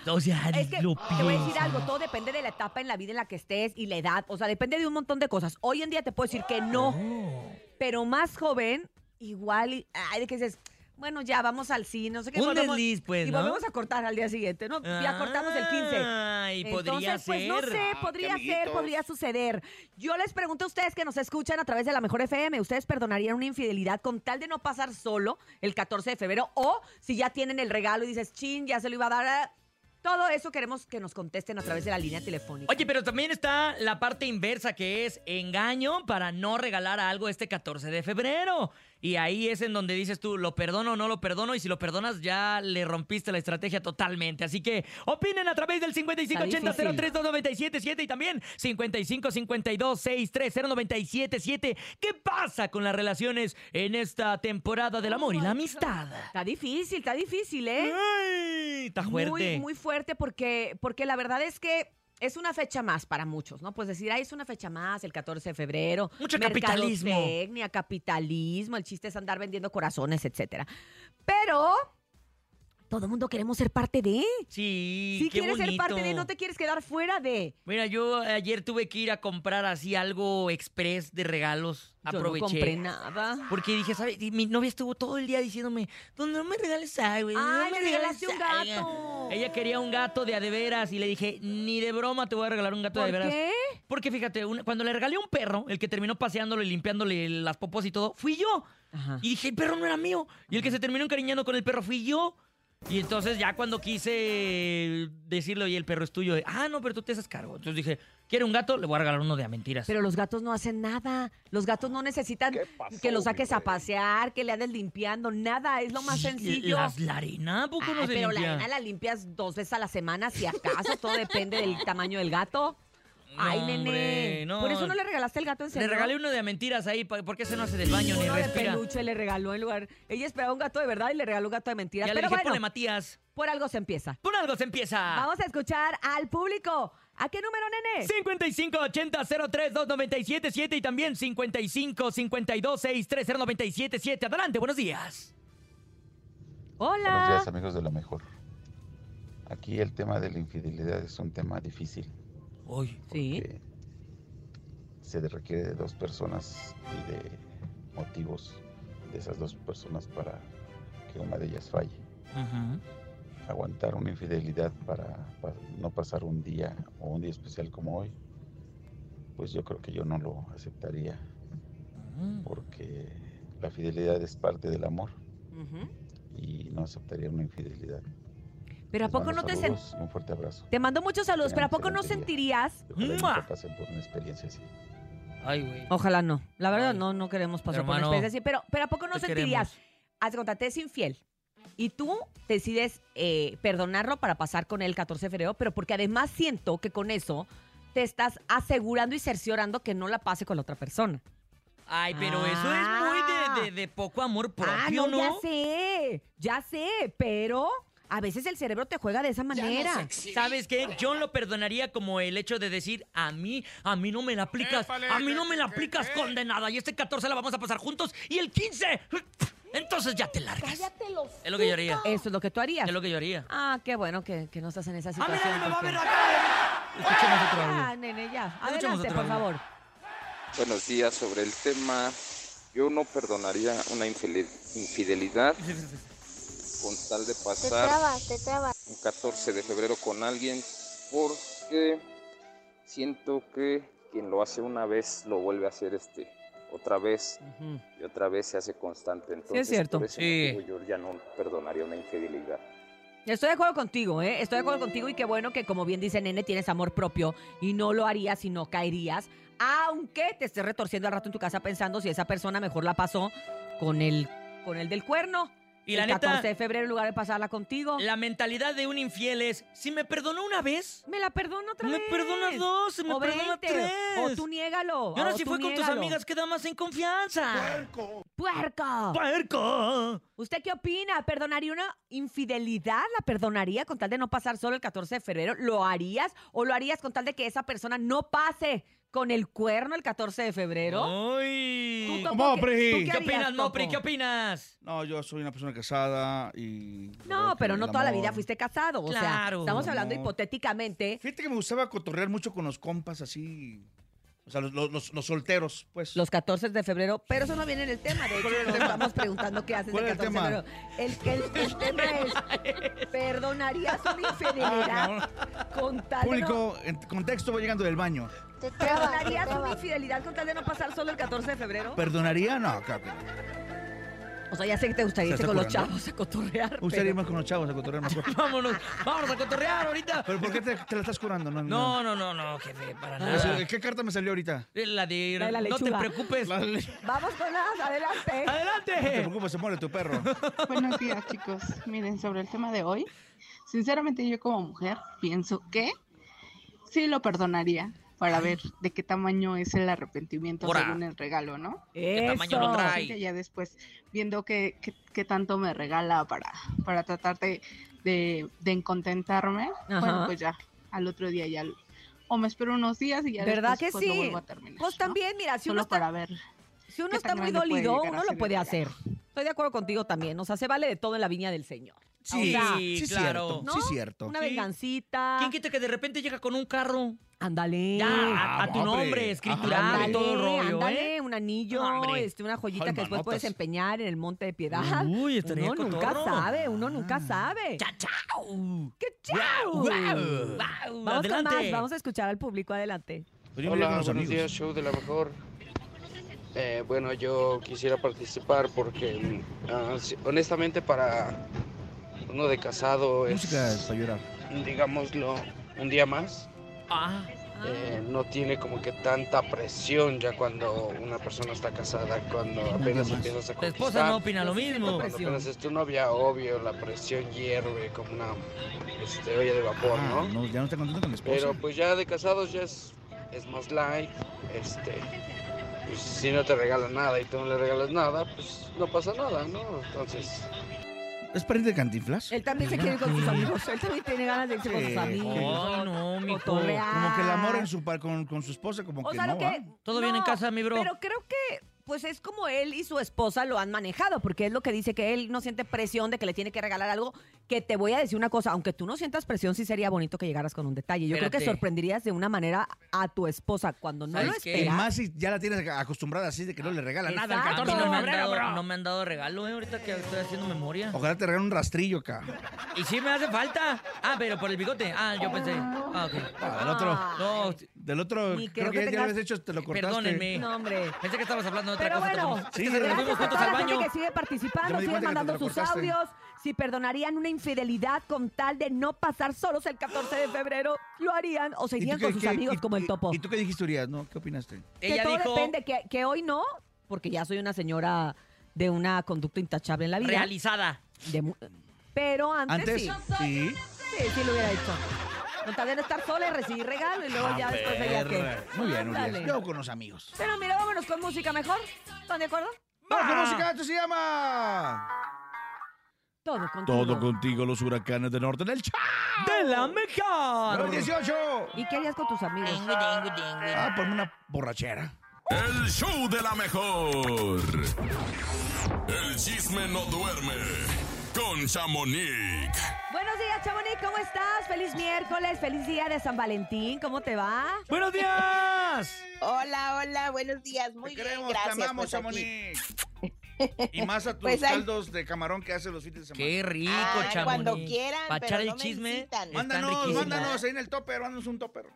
O sea,
Es que
lo
te voy a decir
piensas.
algo, todo depende de la etapa en la vida en la que estés y la edad, o sea, depende de un montón de cosas. Hoy en día te puedo decir que no,
Oh.
pero más joven, igual, y- ay, de que dices, bueno, ya vamos al cine, no sé qué.
Un
volvemos-
desliz, pues,
Y
¿no?
volvemos a cortar al día siguiente, ¿no? Ya cortamos el 15.
Ay, Ah, podría
Entonces, pues no
ser.
sé,
Ah,
podría
qué
ser,
amiguitos.
podría suceder. Yo les pregunto a ustedes que nos escuchan a través de la Mejor FM, ¿ustedes perdonarían una infidelidad con tal de no pasar solo el 14 de febrero? O si ya tienen el regalo y dices, chin, ya se lo iba a dar. ah, Todo eso queremos que nos contesten a través de la línea telefónica.
Oye, pero también está la parte inversa que es engaño para no regalar algo este 14 de febrero. Y ahí es en donde dices tú, lo perdono o no lo perdono. Y si lo perdonas, ya le rompiste la estrategia totalmente. Así que opinen a través del
Está
5580-032977 y también 5552-630977. ¿Qué pasa con las relaciones en esta temporada del amor y la amistad?
Está difícil, está difícil, ¿eh?
Ay, está fuerte.
Muy, muy fuerte porque, porque la verdad es que es una fecha más para muchos, ¿no? Pues decir, ay, es una fecha más, el 14 de febrero.
Mucho capitalismo.
mercadotecnia, capitalismo, el chiste es andar vendiendo corazones, etcétera. Pero todo el mundo queremos ser parte de.
Sí,
Si
qué
quieres ser
bonito.
parte de, no te quieres quedar fuera de.
Mira, yo ayer tuve que ir a comprar así algo express de regalos.
Yo
Aproveché.
no compré nada.
Porque dije, ¿sabes? Y Mi novia estuvo todo el día diciéndome, "Donde no me regales algo. no
Ay,
me
le regalaste un
regales algo".
gato.
Ella quería un gato de a de veras y le dije, ni de broma te voy a regalar un gato de
¿Por
a de veras.
qué?
Porque fíjate, una- cuando le regalé a un perro, el que terminó paseándolo y limpiándole las popos y todo, fui yo. Y dije, el perro no era mío. Y el que se terminó encariñando con el perro fui yo. Y entonces ya cuando quise decirle, oye, el perro es tuyo, ah, no, pero tú te haces cargo. Entonces dije, ¿quiere un gato? Le voy a regalar uno de a mentiras.
Pero los gatos no hacen nada. Los gatos no necesitan que los saques a pasear, que le andes limpiando, nada. Es lo más sencillo.
Las, la arena, ¿a poco no
Ay,
se
pero la
limpia?
arena la limpias dos veces a la semana, si acaso. Todo depende del tamaño del gato. Ay,
No,
nene.
hombre, no.
Por eso no le regalaste el gato en serio.
Le regalé uno de a mentiras ahí, pa- porque ese no hace del baño ni
Uno de
respira.
peluche le regaló en lugar. Ella esperaba un gato de verdad y le regaló un gato de mentira.
Ya le
Pero
dije,
bueno,
ponle Matías.
por algo se empieza.
Por algo se empieza.
Vamos a escuchar al público. ¿A qué número, nene?
5580-032977 y también 5552630977. Adelante, buenos días.
Buenos
Hola.
días amigos de la mejor. Aquí el tema de la infidelidad es un tema difícil.
Hoy.
Sí.
Se requiere de dos personas y de motivos de esas dos personas para que una de ellas falle. Aguantar una infidelidad para, pa- no pasar un día o un día especial como hoy, pues yo creo que yo no lo aceptaría porque la fidelidad es parte del amor
Ujú.
y no aceptaría una infidelidad.
Pero ¿a
Les
poco
mando
no te sen-
saludos, Un fuerte abrazo.
Te mando muchos saludos,
Tengan
pero ¿a poco no
excelente día.
sentirías?
Ojalá
¡Mua!
nunca pasen por una experiencia así.
Ay, güey.
Ojalá no. La verdad, no, no queremos pasar por una
Hermano,
experiencia así. Pero, pero ¿a poco no
te
sentirías? Haz de cuenta, te es infiel. Y tú decides eh, perdonarlo para pasar con él el 14 de febrero, pero porque además siento que con eso te estás asegurando y cerciorando que no la pase con la otra persona.
Ay, pero eso es muy de, de- de poco amor propio,
ah,
Ah. ¿no?
no, ya sé, ya sé, pero a veces el cerebro te juega de esa manera.
¿Sabes qué? Yo lo perdonaría como el hecho de decir, a mí, a mí no me la aplicas, a mí no me la aplicas condenada. Y este 14 la vamos a pasar juntos y el 15, entonces ya te largas.
Cállate los
Es lo que yo haría.
Eso es lo que tú harías.
Es lo que yo haría. Ah,
Ah, qué bueno que, que no estás en esa situación. porque-
Escuchemos otro
Ah,
audio.
nene, ya.
Escuchemos
Adelante,
otro
por
audio.
favor.
Buenos días, sobre el tema, yo no perdonaría una infeli- infidelidad con tal de
Te
pasar
trabas, te trabas.
un 14 de febrero con alguien, porque siento que quien lo hace una vez lo vuelve a hacer este otra vez y otra vez se hace constante. Entonces,
cierto.
por ese motivo yo ya no perdonaría una infidelidad.
Estoy de acuerdo contigo, ¿eh? Estoy de acuerdo contigo y qué bueno que, como bien dice Nene, tienes amor propio y no lo harías y no caerías, aunque te estés retorciendo al rato en tu casa pensando si esa persona mejor la pasó con el, con el del cuerno.
Y la
el
neta-
14 de febrero en lugar de pasarla contigo.
La mentalidad de un infiel es, si me perdonó una vez,
Me la perdono otra
Me
vez.
perdona dos, pues me
o
perdona
vente, O
tres.
tú niégalo.
y ahora
o
si
tú
fue con tus
niégalo.
amigas queda más en confianza.
¡Puerco!
¡Puerco!
¿Usted qué opina? ¿Perdonaría una infidelidad? ¿La perdonaría con tal de no pasar solo el 14 de febrero? ¿Lo harías? ¿O lo harías con tal de que esa persona no pase con el cuerno el 14 de febrero?
¡Ay!
Topo,
Mopri.
¿qué- tú
¿Qué
harías,
opinas,
Topo?
Mopri? ¿Qué opinas?
No, yo soy una persona casada y... creo
No,
que
pero no
el
toda la
amor-
vida fuiste casado. O sea,
Claro.
estamos hablando
No.
hipotéticamente.
Fíjate que me gustaba cotorrear mucho con los compas así... O sea, los, los- los- los solteros, pues.
Los 14 de febrero, pero eso no viene en el tema. De hecho, nos estamos preguntando qué haces el
¿Cuál es
14 de
el
febrero. El, el- el tema es, ¿perdonarías una infidelidad con tal de no
Público, en contexto, va llegando del baño.
¿Perdonarías una infidelidad con tal de no pasar solo el 14 de febrero?
¿Perdonaría? No, claro que no.
O sea, ya sé que te gustaría irte
¿Estás
con los
curando?
chavos a cotorrear.
Usted
pero-
iría más con los chavos a cotorrear mejor.
Vámonos, vámonos a cotorrear ahorita.
¿Pero por qué te, te la estás curando? No,
No, no, no, no, jefe, para
O sea,
nada.
Ah, ¿Qué carta me salió ahorita?
Eh, La de...
La de la
no te
lechuga.
preocupes.
La de la-
Vamos con las, adelante.
No te
¡Adelante!
preocupes, se muere tu perro.
Buenos días, chicos. Miren, sobre el tema de hoy, sinceramente yo como mujer pienso que sí lo perdonaría para ver de qué tamaño es el arrepentimiento
Ora.
según el regalo, ¿no?
¿Qué tamaño lo trae?
Así que Ya después, viendo qué, qué- qué tanto me regala para, para tratar de, de, de encontentarme,
Ajá.
bueno, pues ya, al otro día ya o me espero unos días y ya
¿Verdad que
después, pues, lo
sí?
vuelvo a terminar.
Pues también, mira, si uno
Solo
está,
para ver
si uno
qué
está
tan
muy
grande puede
dolido,
llegar a
uno
ser
lo
el
puede
regalo.
hacer. Estoy de acuerdo contigo también. O sea, se vale de todo en la viña del Señor.
Sí,
O sea,
sí, claro.
¿no?
Sí, cierto.
Una
Sí.
vengancita.
¿Quién quita que de repente llega con un carro?
Ándale.
Ya, a, a tu
Hombre.
nombre, escriturado
Ándale,
y todo el rollo,
ándale,
¿eh?
un anillo,
No, hombre.
este, una joyita
Ay,
que después
manotas.
puedes empeñar en el monte de piedad.
Uy, estaría
Uno nunca
cotorro. Ah.
sabe, uno nunca sabe. ¡Chao,
chao!
¡Qué chao!
Guau,
Vamos con
Adelante.
más, vamos a escuchar al público, adelante.
Hola, buenos días, show de la mejor. Eh, bueno, yo quisiera participar porque, ah, si- honestamente, para uno de casado
Música
es,
para llorar.
digámoslo, un día más.
ah,
Eh, no tiene como que tanta presión ya cuando una persona está casada, cuando apenas empiezas a
Tu
conquistar.
esposa no opina lo mismo.
Cuando apenas es tu novia, obvio, la presión hierve como una este, olla de vapor,
Ah,
¿no?
no, ya no está contento con mi esposa.
Pero pues ya de casados ya es, es más light. Este, pues, si no te regalan nada y tú no le regalas nada, pues no pasa nada, ¿no? Entonces,
¿Es pariente de Cantinflas?
Él también se quiere ir con sus amigos, él también tiene ganas de irse con sus
Sí. Oh.
amigos.
Ay,
Oh, no, mi
Como que el amor en su par- con, con su esposa, como
O
que
sea,
no.
lo que.
¿ah?
Todo bien en casa, mi bro.
Pero creo que. Pues es como él y su esposa lo han manejado, porque es lo que dice que él no siente presión de que le tiene que regalar algo. Que te voy a decir una cosa, aunque tú no sientas presión, sí sería bonito que llegaras con un detalle. Yo creo que
Espérate.
sorprenderías de una manera a tu esposa cuando no lo
¿Sabes qué?
esperas.
Y más si ya la tienes acostumbrada así de que no le regala nada el
Exacto.
14 de
no, me han
febrero,
dado,
bro.
no me han dado regalo, ¿eh? Ahorita que estoy haciendo memoria.
Ojalá te regalen un rastrillo acá.
Y sí me hace falta. Ah, pero por el bigote. Ah, yo pensé. Ah, ok.
del otro.
No,
Del otro,
Ni creo
creo que,
que
ya- ya lo
tengas-
habías hecho, te lo cortaste.
Perdónenme.
No, hombre.
Pensé que estabas hablando de otra
Pero
cosa.
bueno,
Tomás.
Sí,
es que de repente
gracias
fuimos
a
juntos
toda
al
la gente
baño.
que sigue
Ya
participando,
me di
sigue
cuenta que te
mandando
lo
sus
cortaste.
audios. Si perdonarían una infidelidad con tal de no pasar solos el 14 de febrero, lo harían o se
¿Y tú
irían
qué-
con sus
qué-
amigos
y-
como el
y-
topo.
¿Y tú qué dijiste, Urias? No? ¿Qué opinaste?
que todo depende, que, que hoy no, porque ya soy una señora de una conducta intachable en la vida.
Realizada.
De mu- pero antes,
Antes,
sí.
sí.
Sí, sí lo hubiera hecho. No tal vez no estar sola y recibir regalo y luego ya después veía que...
Muy bien, Urias.
Ándale.
Yo con los amigos.
Pero mira, vámonos con música mejor. ¿Están de acuerdo?
¡Vamos
Ah.
con música! ¡Esto se llama!
Todo contigo.
Todo contigo, los huracanes del norte del chat.
¡De la mejor!
¡Los 18!
¿Y qué harías con tus amigos?
Ah, ponme una borrachera.
El show de la mejor. El chisme no duerme con Chamonix.
Buenos días, Chamonix, ¿cómo estás? Feliz miércoles, feliz día de San Valentín, ¿cómo te va?
¡Buenos días!
Hola, hola, buenos días. Muy bien,
Queremos,
gracias.
te amamos,
pues, aquí.
Chamonix. Y más a tus
Pues ahí-
caldos de camarón que hace los fines de semana.
¡Qué rico,
Ay,
Chamonix!
cuando quieran,
Pa'
pero
echar
no
el
me
chisme.
incitan.
están
Mándanos,
riquísimos.
mándanos ahí en el topper, mándanos un topper.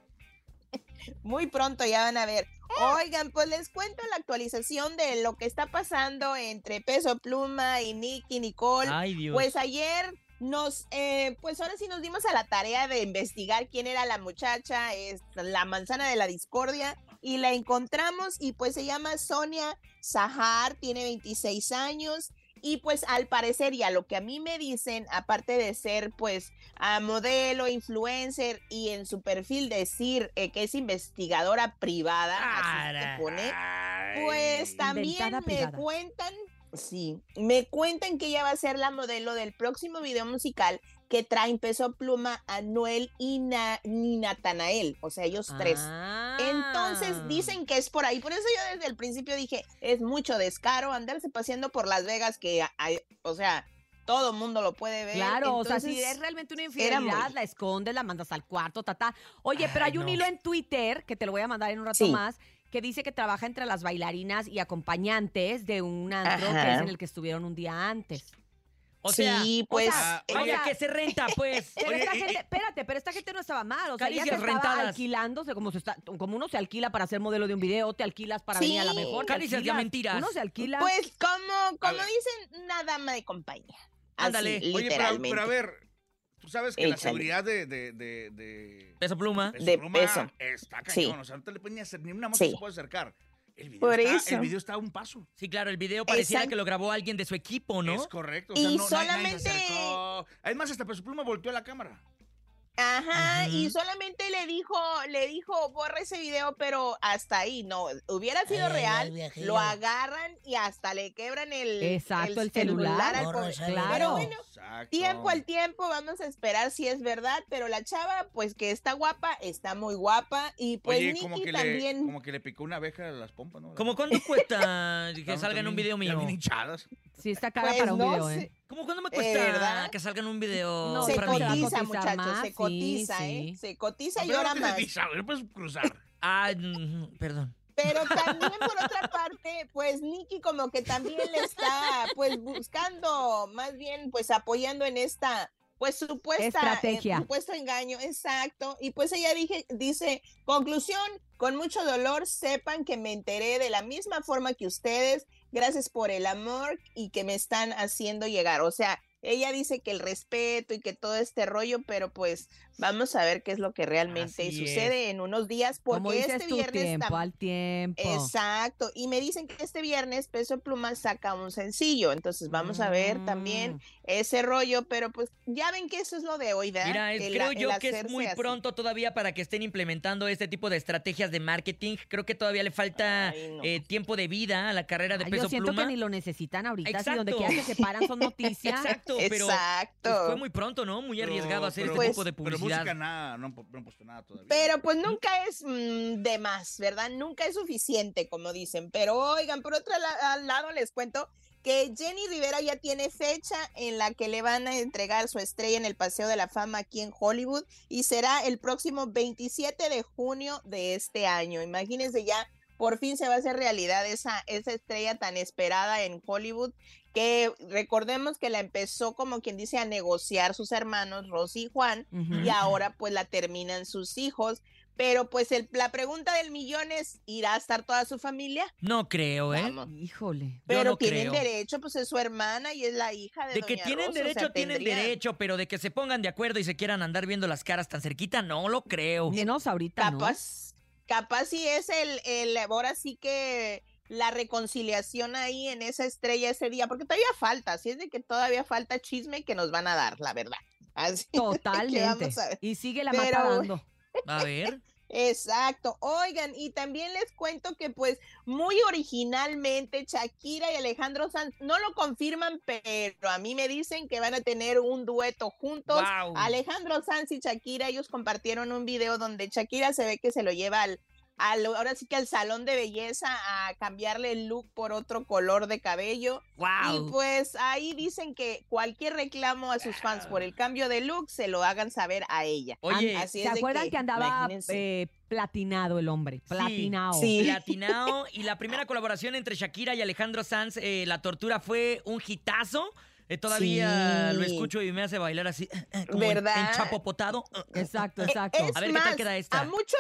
Muy pronto ya van a ver. Oigan, pues les cuento la actualización de lo que está pasando entre Peso Pluma y Nicky Nicole.
Ay, Dios.
Pues ayer nos, eh, pues ahora sí nos dimos a la tarea de investigar quién era la muchacha, es la manzana de la discordia, y la encontramos y pues se llama Sonia Sahar, tiene 26 años. Y pues al parecer y a lo que a mí me dicen, aparte de ser pues a modelo, influencer y en su perfil decir eh, que es investigadora privada, así se
¿eh?
pone, pues también
Inventada
me
privada.
cuentan, sí, me cuentan que ella va a ser la modelo del próximo video musical que traen Peso Pluma, Anuel y Na- y Natanael, o sea, ellos tres.
Ah.
Entonces dicen que es por ahí. Por eso yo desde el principio dije, es mucho descaro andarse paseando por Las Vegas, que, hay- o sea, todo mundo lo puede ver.
Claro, o sea, si
Entonces,
es realmente una
era muy-
infidelidad, la escondes, la mandas al cuarto, ta, ta. Oye, pero
Ay,
hay un
no.
hilo en Twitter, que te lo voy a mandar en un rato
Sí.
más, que dice que trabaja entre las bailarinas y acompañantes de un antro que
Ajá.
es en el que estuvieron un día antes.
O sea,
Sí,
o
pues,
sea,
eh,
vaya
o sea-
Ah, que se renta, pues.
eh, Pero
eh,
esta gente, espérate, pero esta gente no estaba mal, o sea, ella se
Caricias
estaba
rentadas.
alquilándose como se está, como uno se alquila para ser modelo de un video, te alquilas para venir a la
Sí.
mejor. te
Caricias de
alquilas,
mentiras.
Uno se alquila.
Pues como,
A
como
ver.
dicen, una dama de compañía. Así,
Ándale. Oye,
Oye, pero,
literalmente.
pero a ver, tú Pues, sabes que la
Échale.
seguridad de, de, de, de-
Peso pluma.
Peso
De
Pluma
peso.
Está cañón,
Sí.
o sea, no te le pueden ni hacer ni una mosca
Sí.
se puede acercar. El video,
Por
está,
eso.
el video está a un paso.
Sí, claro, el video pareciera
Exacto.
que lo grabó alguien de su equipo, ¿no?
Es correcto. o sea,
Y
no- nadie- nadie se
solamente-
acercó. Además, hasta Peso Pluma volteó a la cámara.
Ajá, y solamente le dijo, le dijo, borra ese video, pero hasta ahí, no, hubiera sido
Ay,
real,
el viajero.
lo agarran y hasta le quebran el,
Exacto, el celular.
al
Borra
pobre-
ese
Pero
video.
bueno, tiempo al tiempo, vamos a esperar si es verdad, pero la chava, pues que está guapa, está muy guapa, y pues
Oye, como
Nicky
que, le,
también.
como que le picó una abeja a las pompas, ¿no?
¿Cómo cuánto cuesta que
Estaban
salga en un
también-
video mío?
también hinchadas.
Sí, está cara
pues,
para un video, ¿eh?
¿Cómo cuándo me
Eh,
cuesta
¿verdad?
que salga en un video
Oh,
se
para mí?
cotiza,
Cotizar
muchachos,
más,
se
sí,
cotiza,
sí.
¿eh? Se
Ah,
cotiza y
Pero no
ahora
tienes
más.
visa.
A ver, pues cruzar.
Ah, mm, perdón.
Pero también por otra parte, pues Nicky como que también le está pues buscando, más bien pues apoyando en esta pues supuesta eh,
Estrategia.
supuesto engaño, exacto. Y pues ella dije, dice, conclusión, con mucho dolor sepan que me enteré de la misma forma que ustedes, gracias por el amor y que me están haciendo llegar. O sea, ella dice que el respeto y que todo este rollo, pero pues vamos a ver qué es lo que realmente
Así es.
sucede en unos días, porque
Como dices
este
tú,
viernes
tiempo
tam-
al tiempo.
Exacto. Y me dicen que este viernes Peso Pluma saca un sencillo. Entonces vamos a ver
Mm.
también ese rollo, pero pues ya ven que eso es lo de hoy, ¿verdad?
Mira, es-
El-
creo
el
yo que es
hacerse
muy
así.
pronto todavía para que estén implementando este tipo de estrategias de marketing. Creo que todavía le falta eh, tiempo de vida a la carrera de
Ay,
peso
Ah, yo siento
pluma.
que ni lo necesitan ahorita, si
Exacto.
donde quiera que se paran son noticias.
Exacto, pero pues, fue muy pronto, ¿no? Muy arriesgado hacer este
Pues-
tipo de
Pero
publicidad.
música nada, no, han pu- no han puesto nada todavía.
Pero pues nunca es mm, de más, ¿verdad? Nunca es suficiente, como dicen. Pero oigan, por otro la- al lado les cuento que Jenny Rivera ya tiene fecha en la que le van a entregar su estrella en el Paseo de la Fama aquí en Hollywood y será el próximo 27 de junio de este año. Imagínense ya. Por fin se va a hacer realidad esa, esa estrella tan esperada en Hollywood, que recordemos que la empezó como quien dice a negociar sus hermanos Rosy y Juan,
Ujú.
y ahora pues la terminan sus hijos. Pero pues el- la pregunta del millón es, ¿irá a estar toda su familia?
No creo, ¿eh?
Híjole.
Pero
no
tienen
creo.
derecho, pues es su hermana y es la hija de
De que
doña
tienen
Rosa, o sea,
derecho, tienen
tendrían.
derecho, pero de que se pongan de acuerdo y se quieran andar viendo las caras tan cerquita, no lo creo.
Menos ahorita, ¿no?
Capaz, capaz si es el, el, ahora sí que la reconciliación ahí en esa estrella ese día, porque todavía falta, así es de que todavía falta chisme que nos van a dar, la verdad. Así que vamos
Totalmente.
a ver.
Y sigue la
Pero-
mata dando.
A ver.
Exacto. Oigan, y también les cuento que pues muy originalmente Shakira y Alejandro Sanz no lo confirman, pero a mí me dicen que van a tener un dueto juntos.
Guau.
Alejandro Sanz y Shakira, ellos compartieron un video donde Shakira se ve que se lo lleva al, al- ahora sí que al salón de belleza a cambiarle el look por otro color de cabello.
Guau.
Y pues ahí dicen que cualquier reclamo a sus fans por el cambio de look se lo hagan saber a ella.
Ah. Oye,
Así es
¿Se
de
acuerdan que, andaba
imagínense.
eh, platinado el hombre? Platinado.
Sí, platinao. Y la primera colaboración entre Shakira y Alejandro Sanz, eh, La Tortura, fue un hitazo. Eh, todavía
Sí.
lo escucho y me hace bailar así, eh, como en-
¿Verdad?
en chapopotado. eh,
Exacto,
Eh, Es
A ver qué tal
más,
queda esta.
A muchos,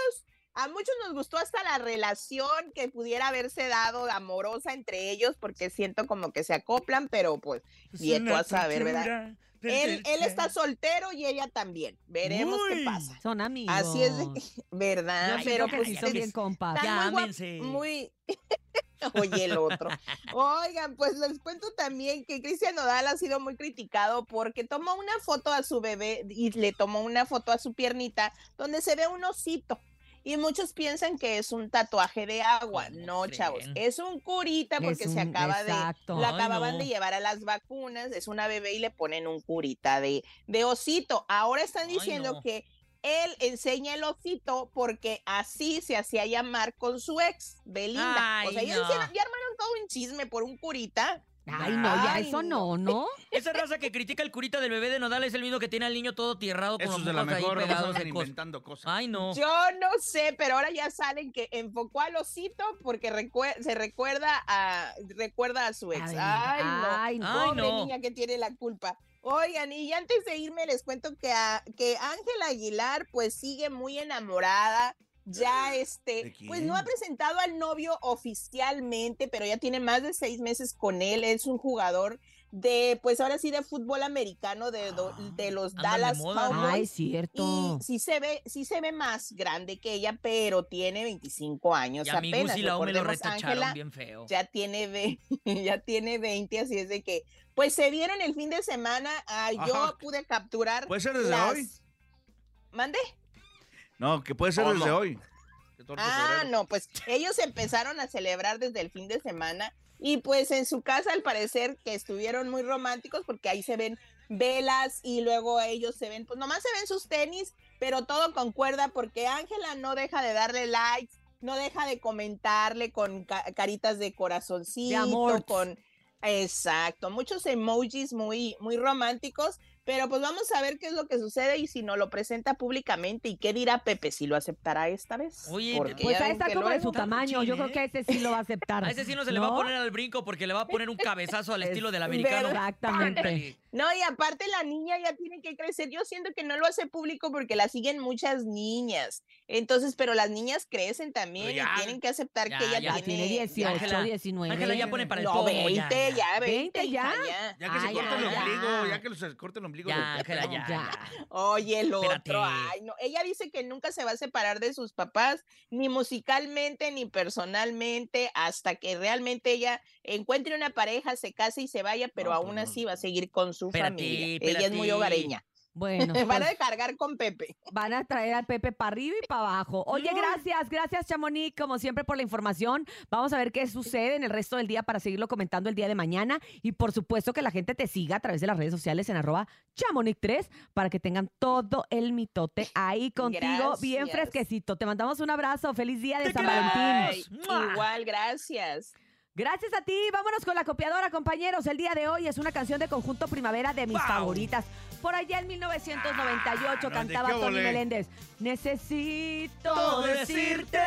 a muchos nos gustó hasta la relación que pudiera haberse dado amorosa entre ellos, porque siento como que se acoplan, pero pues, y tú a saber, ¿verdad? Él, él está soltero y ella también. Veremos qué pasa.
Son amigos.
Así es, de que- ¿verdad?
Yo
pero
siento que
pues
sí son bien compas.
están
Ya,
muy, guap-
ámense.
muy- Oye, el otro. Oigan, pues les cuento también que Cristian Nodal ha sido muy criticado porque tomó una foto a su bebé y le tomó una foto a su piernita donde se ve un osito. Y muchos piensan que es un tatuaje de agua. No, chavos, es un curita porque
Es
se
un-
acaba
exacto.
de... La
Ay,
acababan
no.
de llevar a las vacunas, es una bebé y le ponen un curita de, de osito. Ahora están diciendo
no.
que él enseña el osito porque así se hacía llamar con su ex, Belinda. o
Ay,
sea, ellos
no.
hicieron- ya armaron todo un chisme por un curita.
Ay, no, ya eso no, ¿no?
Esa raza que critica el curita del bebé de Nodal es el mismo que tiene al niño todo tierrado con
Eso es
los
de la
mocos ahí
mejor, nomás
pegados
andan
de cosas.
inventando cosas.
Ay, no.
Yo no sé, pero ahora ya saben que enfocó al osito porque recue- se recuerda a, recuerda a su ex.
Ay,
Ay,
ay,
no.
no.
Pobre
Ay, no.
niña que tiene la culpa. Oigan, y antes de irme les cuento que a- que Ángela Aguilar pues sigue muy enamorada. Ya este, pues no ha presentado al novio oficialmente, pero ya tiene más de seis meses con él. Es un jugador de, pues ahora sí, de fútbol americano de, do- de los
andan de
Dallas
Ah, moda, ¿no?
Cowboys.
Ay,
Oh.
cierto.
Y sí se ve, sí se ve más grande que ella, pero tiene 25 años
Y a mi
apenas.
Gus y la O me lo
Recordemos,
retacharon
Ángela
bien feo.
Ya tiene, ve- ya tiene 20, así es de que, pues se vieron el fin de semana. ah, yo
Ajá.
pude capturar.
¿Puede ser desde
las-
hoy?
¿Mandé?
No, que puede ser
Oh,
desde
no.
hoy. 14 de
Ah,
febrero.
no, pues ellos empezaron a celebrar desde el fin de semana y pues en su casa al parecer que estuvieron muy románticos porque ahí se ven velas y luego ellos se ven, pues nomás se ven sus tenis, pero todo concuerda porque Ángela no deja de darle likes, no deja de comentarle con ca- caritas de corazoncito,
amor.
con exacto, muchos emojis muy muy románticos, pero pues vamos a ver qué es lo que sucede y si no lo presenta públicamente y qué dirá Pepe si lo aceptará esta vez.
Oye,
Porque
te-
Pues
ya
ahí
ven
está
que
como de
luego-
su tamaño. Yo creo que a
¿eh?
ese sí lo va a aceptar.
A ese sí no se le va a poner al brinco porque le va a poner un cabezazo al estilo del americano.
Exactamente.
Ándale.
No, y aparte la niña ya tiene que crecer. Yo siento que no lo hace público porque la siguen muchas niñas. Entonces, pero las niñas crecen también
Pero ya,
y tienen que aceptar
ya,
que ella
ya
tiene,
tiene 18,
Ángela,
19.
Ángela ya pone para el
no,
pomo. ya,
20,
ya.
ya, 20,
20
hija,
ya.
ya.
Ya que se
Ay,
corte el
ya.
ombligo, ya que se corte el ombligo.
Ah, Ya,
del-
Ángela, ya.
Oye, el
Espérate.
otro, ay, no. Ella dice que nunca se va a separar de sus papás, ni musicalmente, ni personalmente, hasta que realmente ella encuentre una pareja, se case y se vaya, pero
No, pues
aún
no.
así va a seguir con su
Espérate,
familia. Ella es muy
espérate.
hogareña.
Bueno,
Van
pues,
a cargar con Pepe.
van a traer al Pepe para arriba y para abajo. Oye, gracias, gracias Chamonix, como siempre por la información. Vamos a ver qué sucede en el resto del día para seguirlo comentando el día de mañana. Y por supuesto que la gente te siga a través de las redes sociales en arroba chamonix3 para que tengan todo el mitote ahí contigo, bien
Gracias.
fresquecito. Te mandamos un abrazo, feliz día de
Te
San
queremos.
Valentín.
Ay,
¡Mua!
Igual, gracias.
Gracias a ti, vámonos con la copiadora, compañeros. El día de hoy es una canción de conjunto primavera de mis
¡Wow!
favoritas. Por allá en 1998
Ah, no,
cantaba
¿de qué
Tony
volé?
Meléndez. Necesito decirte.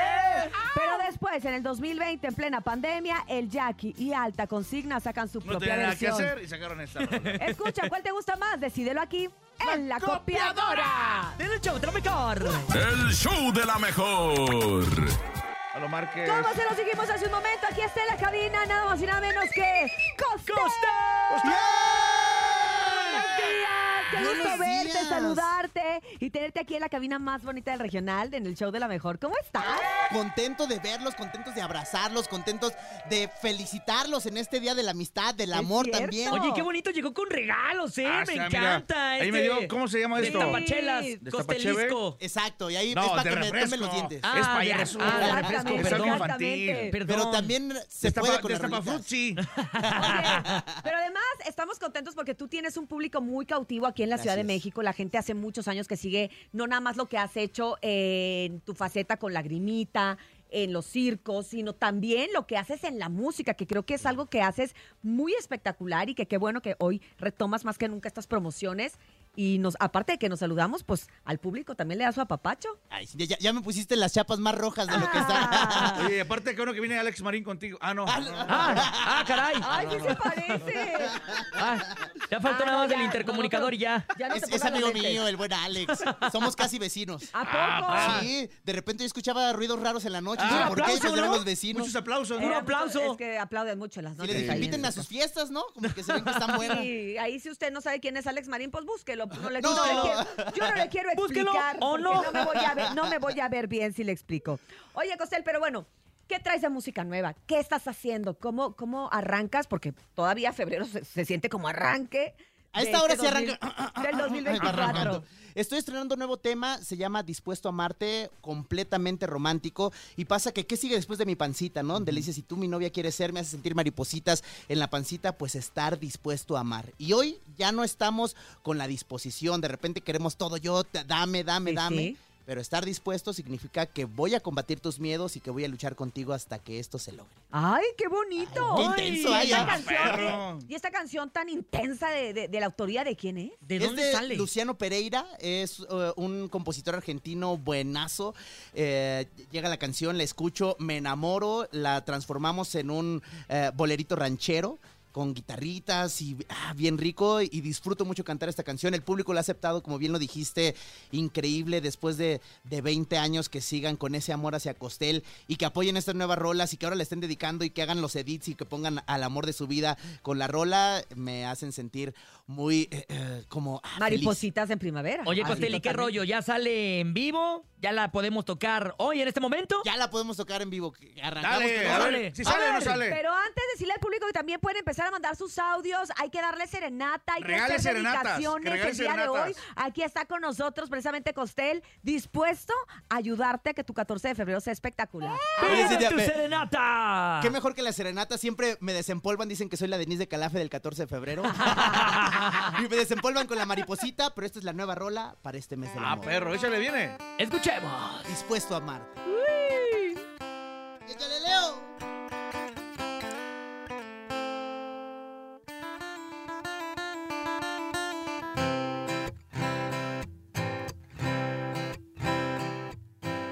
Pero después, en el 2020, en plena pandemia, el Jackie y Alta Consigna sacan su
No
propia
tenían nada que
versión.
hacer y sacaron esta. rola.
Escucha, ¿cuál te gusta más? Decídelo aquí en la, copiadora.
¡Del show de la mejor!
El show de la mejor.
A lo marque.
¿Cómo se lo seguimos hace un momento? Aquí está en la cabina, nada más y nada menos que Costa. Buenos días, qué
Buenos
gusto verte,
días.
saludarte y tenerte aquí en la cabina más bonita del regional, en el show de la mejor. ¿Cómo estás?
Contento de verlos, contentos de abrazarlos, contentos de felicitarlos en este día de la amistad, del amor
cierto.
también.
Oye, qué bonito, llegó con regalos, ¿eh?
Ah,
me
sí, mira.
encanta. este
Ahí me dio, ¿cómo se llama
de
esto?
Tapachelas,
Sí.
¿De
costelisco.
Exacto, y ahí
No,
es
de
para que me
refresco.
tomen los dientes.
Ah,
es
de-
payaso.
ah, de
refresco,
refresco,
es algo
perdón.
infantil.
Perdón.
Pero también se puede con las rolitas.
Destapafrutzi.
Oye, pero además estamos contentos porque tú tienes un público muy cautivo aquí en la Ciudad de
Gracias.
México. La gente hace muchos años que sigue no nada más lo que has hecho en tu faceta con Lagrimita, en los circos, sino también lo que haces en la música, que creo que es algo que haces muy espectacular y que qué bueno que hoy retomas más que nunca estas promociones. Y nos, aparte de que nos saludamos, pues al público también le das su apapacho.
Ay, sí, ya, ya me pusiste las chapas más rojas de lo que está.
Ah.
Oye, aparte que uno que viene Alex Marín contigo. Ah, no.
Ah, ah, caray.
¡Ay, sí se parece!
Ah, ya faltó
Ah, no,
nada más
ya,
el
no,
intercomunicador y ya.
Ya no
Es,
te
es
pongas los
amigo
lentes.
mío, el buen Alex. Somos casi vecinos.
¿A poco?
Ah.
Sí, de repente yo escuchaba ruidos raros en la noche.
Ah,
dije,
un
¿Por qué?
aplauso,
Pues eran
¿no?
los vecinos.
Muchos aplausos,
Era
¿no?
Puro aplauso.
Es que aplauden mucho en las
Y
noches.
le dije,
ahí en
inviten a
esa
sus fiestas, ¿no? Como que se venga tan bueno.
Sí, ahí si usted no sabe quién es Alex Marín, pues búsquelo. No le,
No.
no le quiero, yo no le quiero
Búsquelo,
explicar.
¿o
porque
no?
No me, voy a ver, no me voy a ver bien si le explico. Oye, Costel, pero bueno, ¿qué traes de música nueva? ¿Qué estás haciendo? ¿Cómo, cómo arrancas? Porque todavía febrero se, se siente como arranque.
A
de
esta hora
este
se
2000
arranca.
Del
Ahí va arrancando.
2024.
Estoy estrenando un nuevo tema, se llama Dispuesto a Amarte, completamente romántico. Y pasa que, ¿qué sigue después de mi pancita, no? Donde le dice, si tú mi novia quieres ser, me hace sentir maripositas en la pancita, pues estar dispuesto a amar. Y hoy ya no estamos con la disposición, de repente queremos todo yo, te- dame, dame,
Sí,
dame.
sí.
Pero estar dispuesto significa que voy a combatir tus miedos y que voy a luchar contigo hasta que esto se logre.
¡Ay, qué bonito!
Qué intenso,
y,
ay,
esta
ya.
perro.
canción, ¿eh? y esta canción tan intensa de, de- de la autoría de quién es?
¿De
Es
dónde
de
sale?
Luciano Pereira es eh, un compositor argentino buenazo. Eh, llega la canción, la escucho, me enamoro, la transformamos en un eh, bolerito ranchero con guitarritas y ah, bien rico y disfruto mucho cantar esta canción. El público la ha aceptado, como bien lo dijiste, increíble después de, de 20 años que sigan con ese amor hacia Costel y que apoyen estas nuevas rolas y que ahora la estén dedicando y que hagan los edits y que pongan al amor de su vida con la rola, me hacen sentir muy eh, eh, como... ah, feliz.
Maripositas en primavera.
Oye,
Así
Ah,
Costel, ¿y qué
totalmente.
rollo? ¿Ya sale en vivo? Ya la podemos tocar hoy en este momento.
Ya la podemos tocar en vivo. Arrancamos
Dale,
con-
a ver, si
A
sale o no
ver,
sale.
Pero antes de decirle al público que también pueden empezar a mandar sus audios, hay que darle serenata, hay que
Regale
hacer
serenatas,
dedicaciones
que regale
el día
serenatas.
de hoy. Aquí está con nosotros precisamente Costel, dispuesto a ayudarte a que tu 14 de febrero sea
¡Eh!
espectacular.
Oye, Cintia, me-
serenata!
Qué mejor que la serenata. Siempre me desempolvan. Dicen que soy la Denise de Calafe del 14 de febrero. y me desempolvan con la mariposita, pero esta es la nueva rola para este mes del
Ah,
amor.
perro, échale, viene.
Escuchemos.
Dispuesto a amar. ¡Échale, Leo!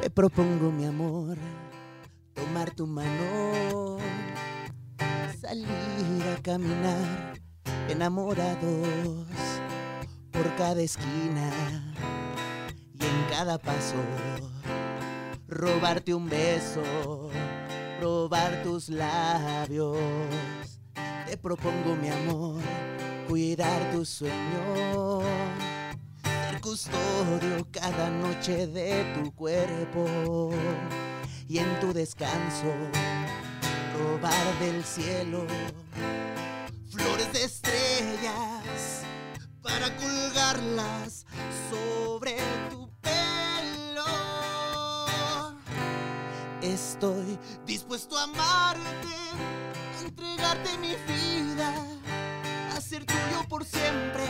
Te propongo, mi amor, tomar tu mano, salir a caminar enamorados por cada esquina y en cada paso, robarte un beso, robar tus labios. Te propongo, mi amor, cuidar tus sueños ser custodio cada noche de tu cuerpo y en tu descanso robar del cielo flores de estrellas para colgarlas sobre tu pelo. Estoy dispuesto a amarte, a entregarte mi vida, a ser tuyo por siempre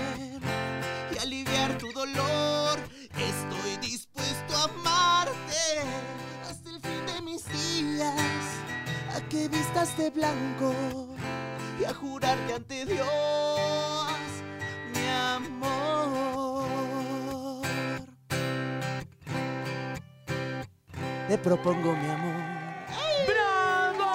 y aliviar tu dolor. Estoy dispuesto a amarte hasta el fin de mis días, a que vistas de blanco y a jurarte ante Dios, mi amor. Te propongo mi amor.
¡Bravo!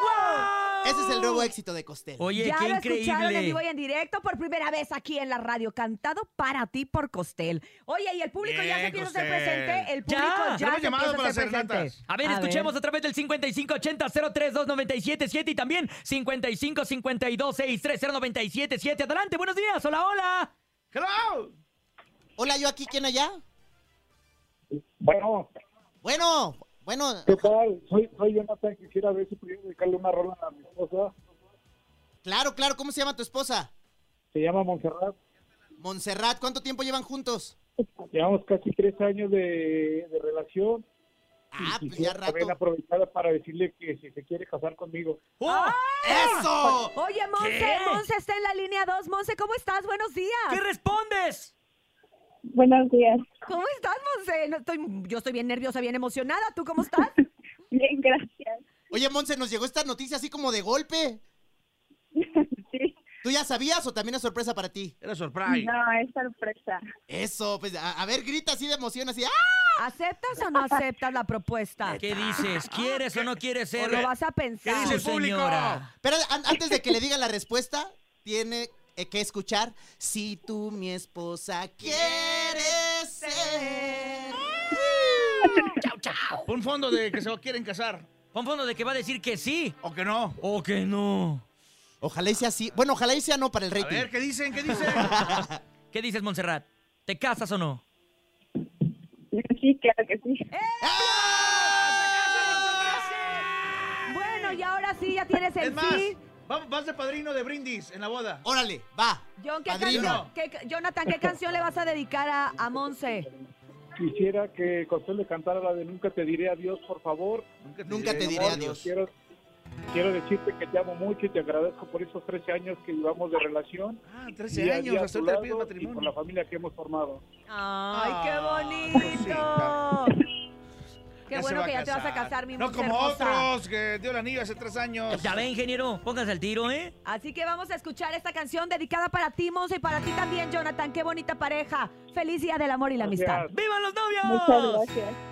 ¡Guau!
Ese es el nuevo éxito de Costel.
Oye,
Oh. ya
qué
lo escucharon en
increíble.
vivo y en directo por primera vez aquí en la radio, cantado para ti por Costel. Oye, y el público ya
Bien,
se empieza a hacer
Costel.
presente. El
Ya.
público ya,
Tenemos
se
llamadas
empieza
para
a hacer
hacer
presente.
natas.
A ver, escuchemos a través del 5580-032977 y también 5552-630977. Adelante, buenos días. Hola, hola.
¡Hello!
Hola, yo aquí, ¿quién allá?
Bueno,
Bueno, bueno,
¿qué tal? Soy, soy Jonathan, quisiera ver si pudiera dedicarle una rola a mi esposa.
claro, claro, ¿cómo se llama tu esposa?
Se llama Montserrat.
Montserrat, ¿cuánto tiempo llevan juntos?
Llevamos casi tres años de, de relación.
Ah,
y
pues ya
quisiera
rato.
también aprovechar para decirle que si se quiere casar conmigo.
¡Oh!
¡Eso!
Ah. Oye, Monse,
¿Qué?
Monse está en la línea 2. Monse, ¿cómo estás? Buenos días.
¿Qué respondes?
Buenos días.
¿Cómo estás, Monse? No estoy- yo estoy bien nerviosa, bien emocionada. ¿Tú cómo estás?
Bien, gracias.
Oye, Monse, nos llegó esta noticia así como de golpe. ¿Tú ya sabías o también es sorpresa para ti?
Era
pues,
surprise.
No, es sorpresa.
Eso, pues, a, a ver, grita así de emoción, así. ¡Ah!
¿Aceptas o no aceptas la propuesta?
¿Qué dices? ¿Quieres o no quieres
¿O
ser?
lo vas a pensar?
¿Qué dice el público? Señora.
Pero an- antes de que le diga la respuesta, tiene eh, que escuchar si tú, mi esposa, quieres ser.
Un fondo de que se quieren casar.
Pon fondo de que va a decir que sí
O que no.
o que no.
Ojalá y sea así. Bueno, ojalá y sea no para el
A
rating.
ver, ¿qué dicen? ¿Qué dicen?
¿Qué dices, Montserrat? ¿Te casas o no?
Sí, claro que sí.
Bueno, y ahora sí, ya tienes el
es más,
sí.
vamos, vas de padrino de brindis en la boda.
Órale, va.
John, ¿qué
Padrino.
canción- qué ca- Jonathan, ¿qué canción le vas a dedicar a, a Monse?
Quisiera que Costel le cantara la de Nunca te diré adiós, por favor.
Nunca te
Mi
diré
amor,
adiós.
Quiero, quiero decirte que te amo mucho y te agradezco por esos 13 años que llevamos de relación.
Ah,
Día
13
a
años,
día a
hasta
tu
ahorita le pides
lado y por
matrimonio.
la familia que hemos formado.
¡Ay, qué
Ah,
bonito! Qué
Ya se
bueno
va
que
a
ya te vas a casar, mi
No
Monse
como
hermosa.
otros que dio el anillo hace tres años.
Ya ve, ingeniero, póngase al tiro, ¿eh?
Así que vamos a escuchar esta canción dedicada para ti, Monse, y para ti también, Jonathan. ¡Qué bonita pareja! ¡Feliz Día del Amor y la Amistad!
Gracias.
¡Vivan los novios!
Muchas gracias.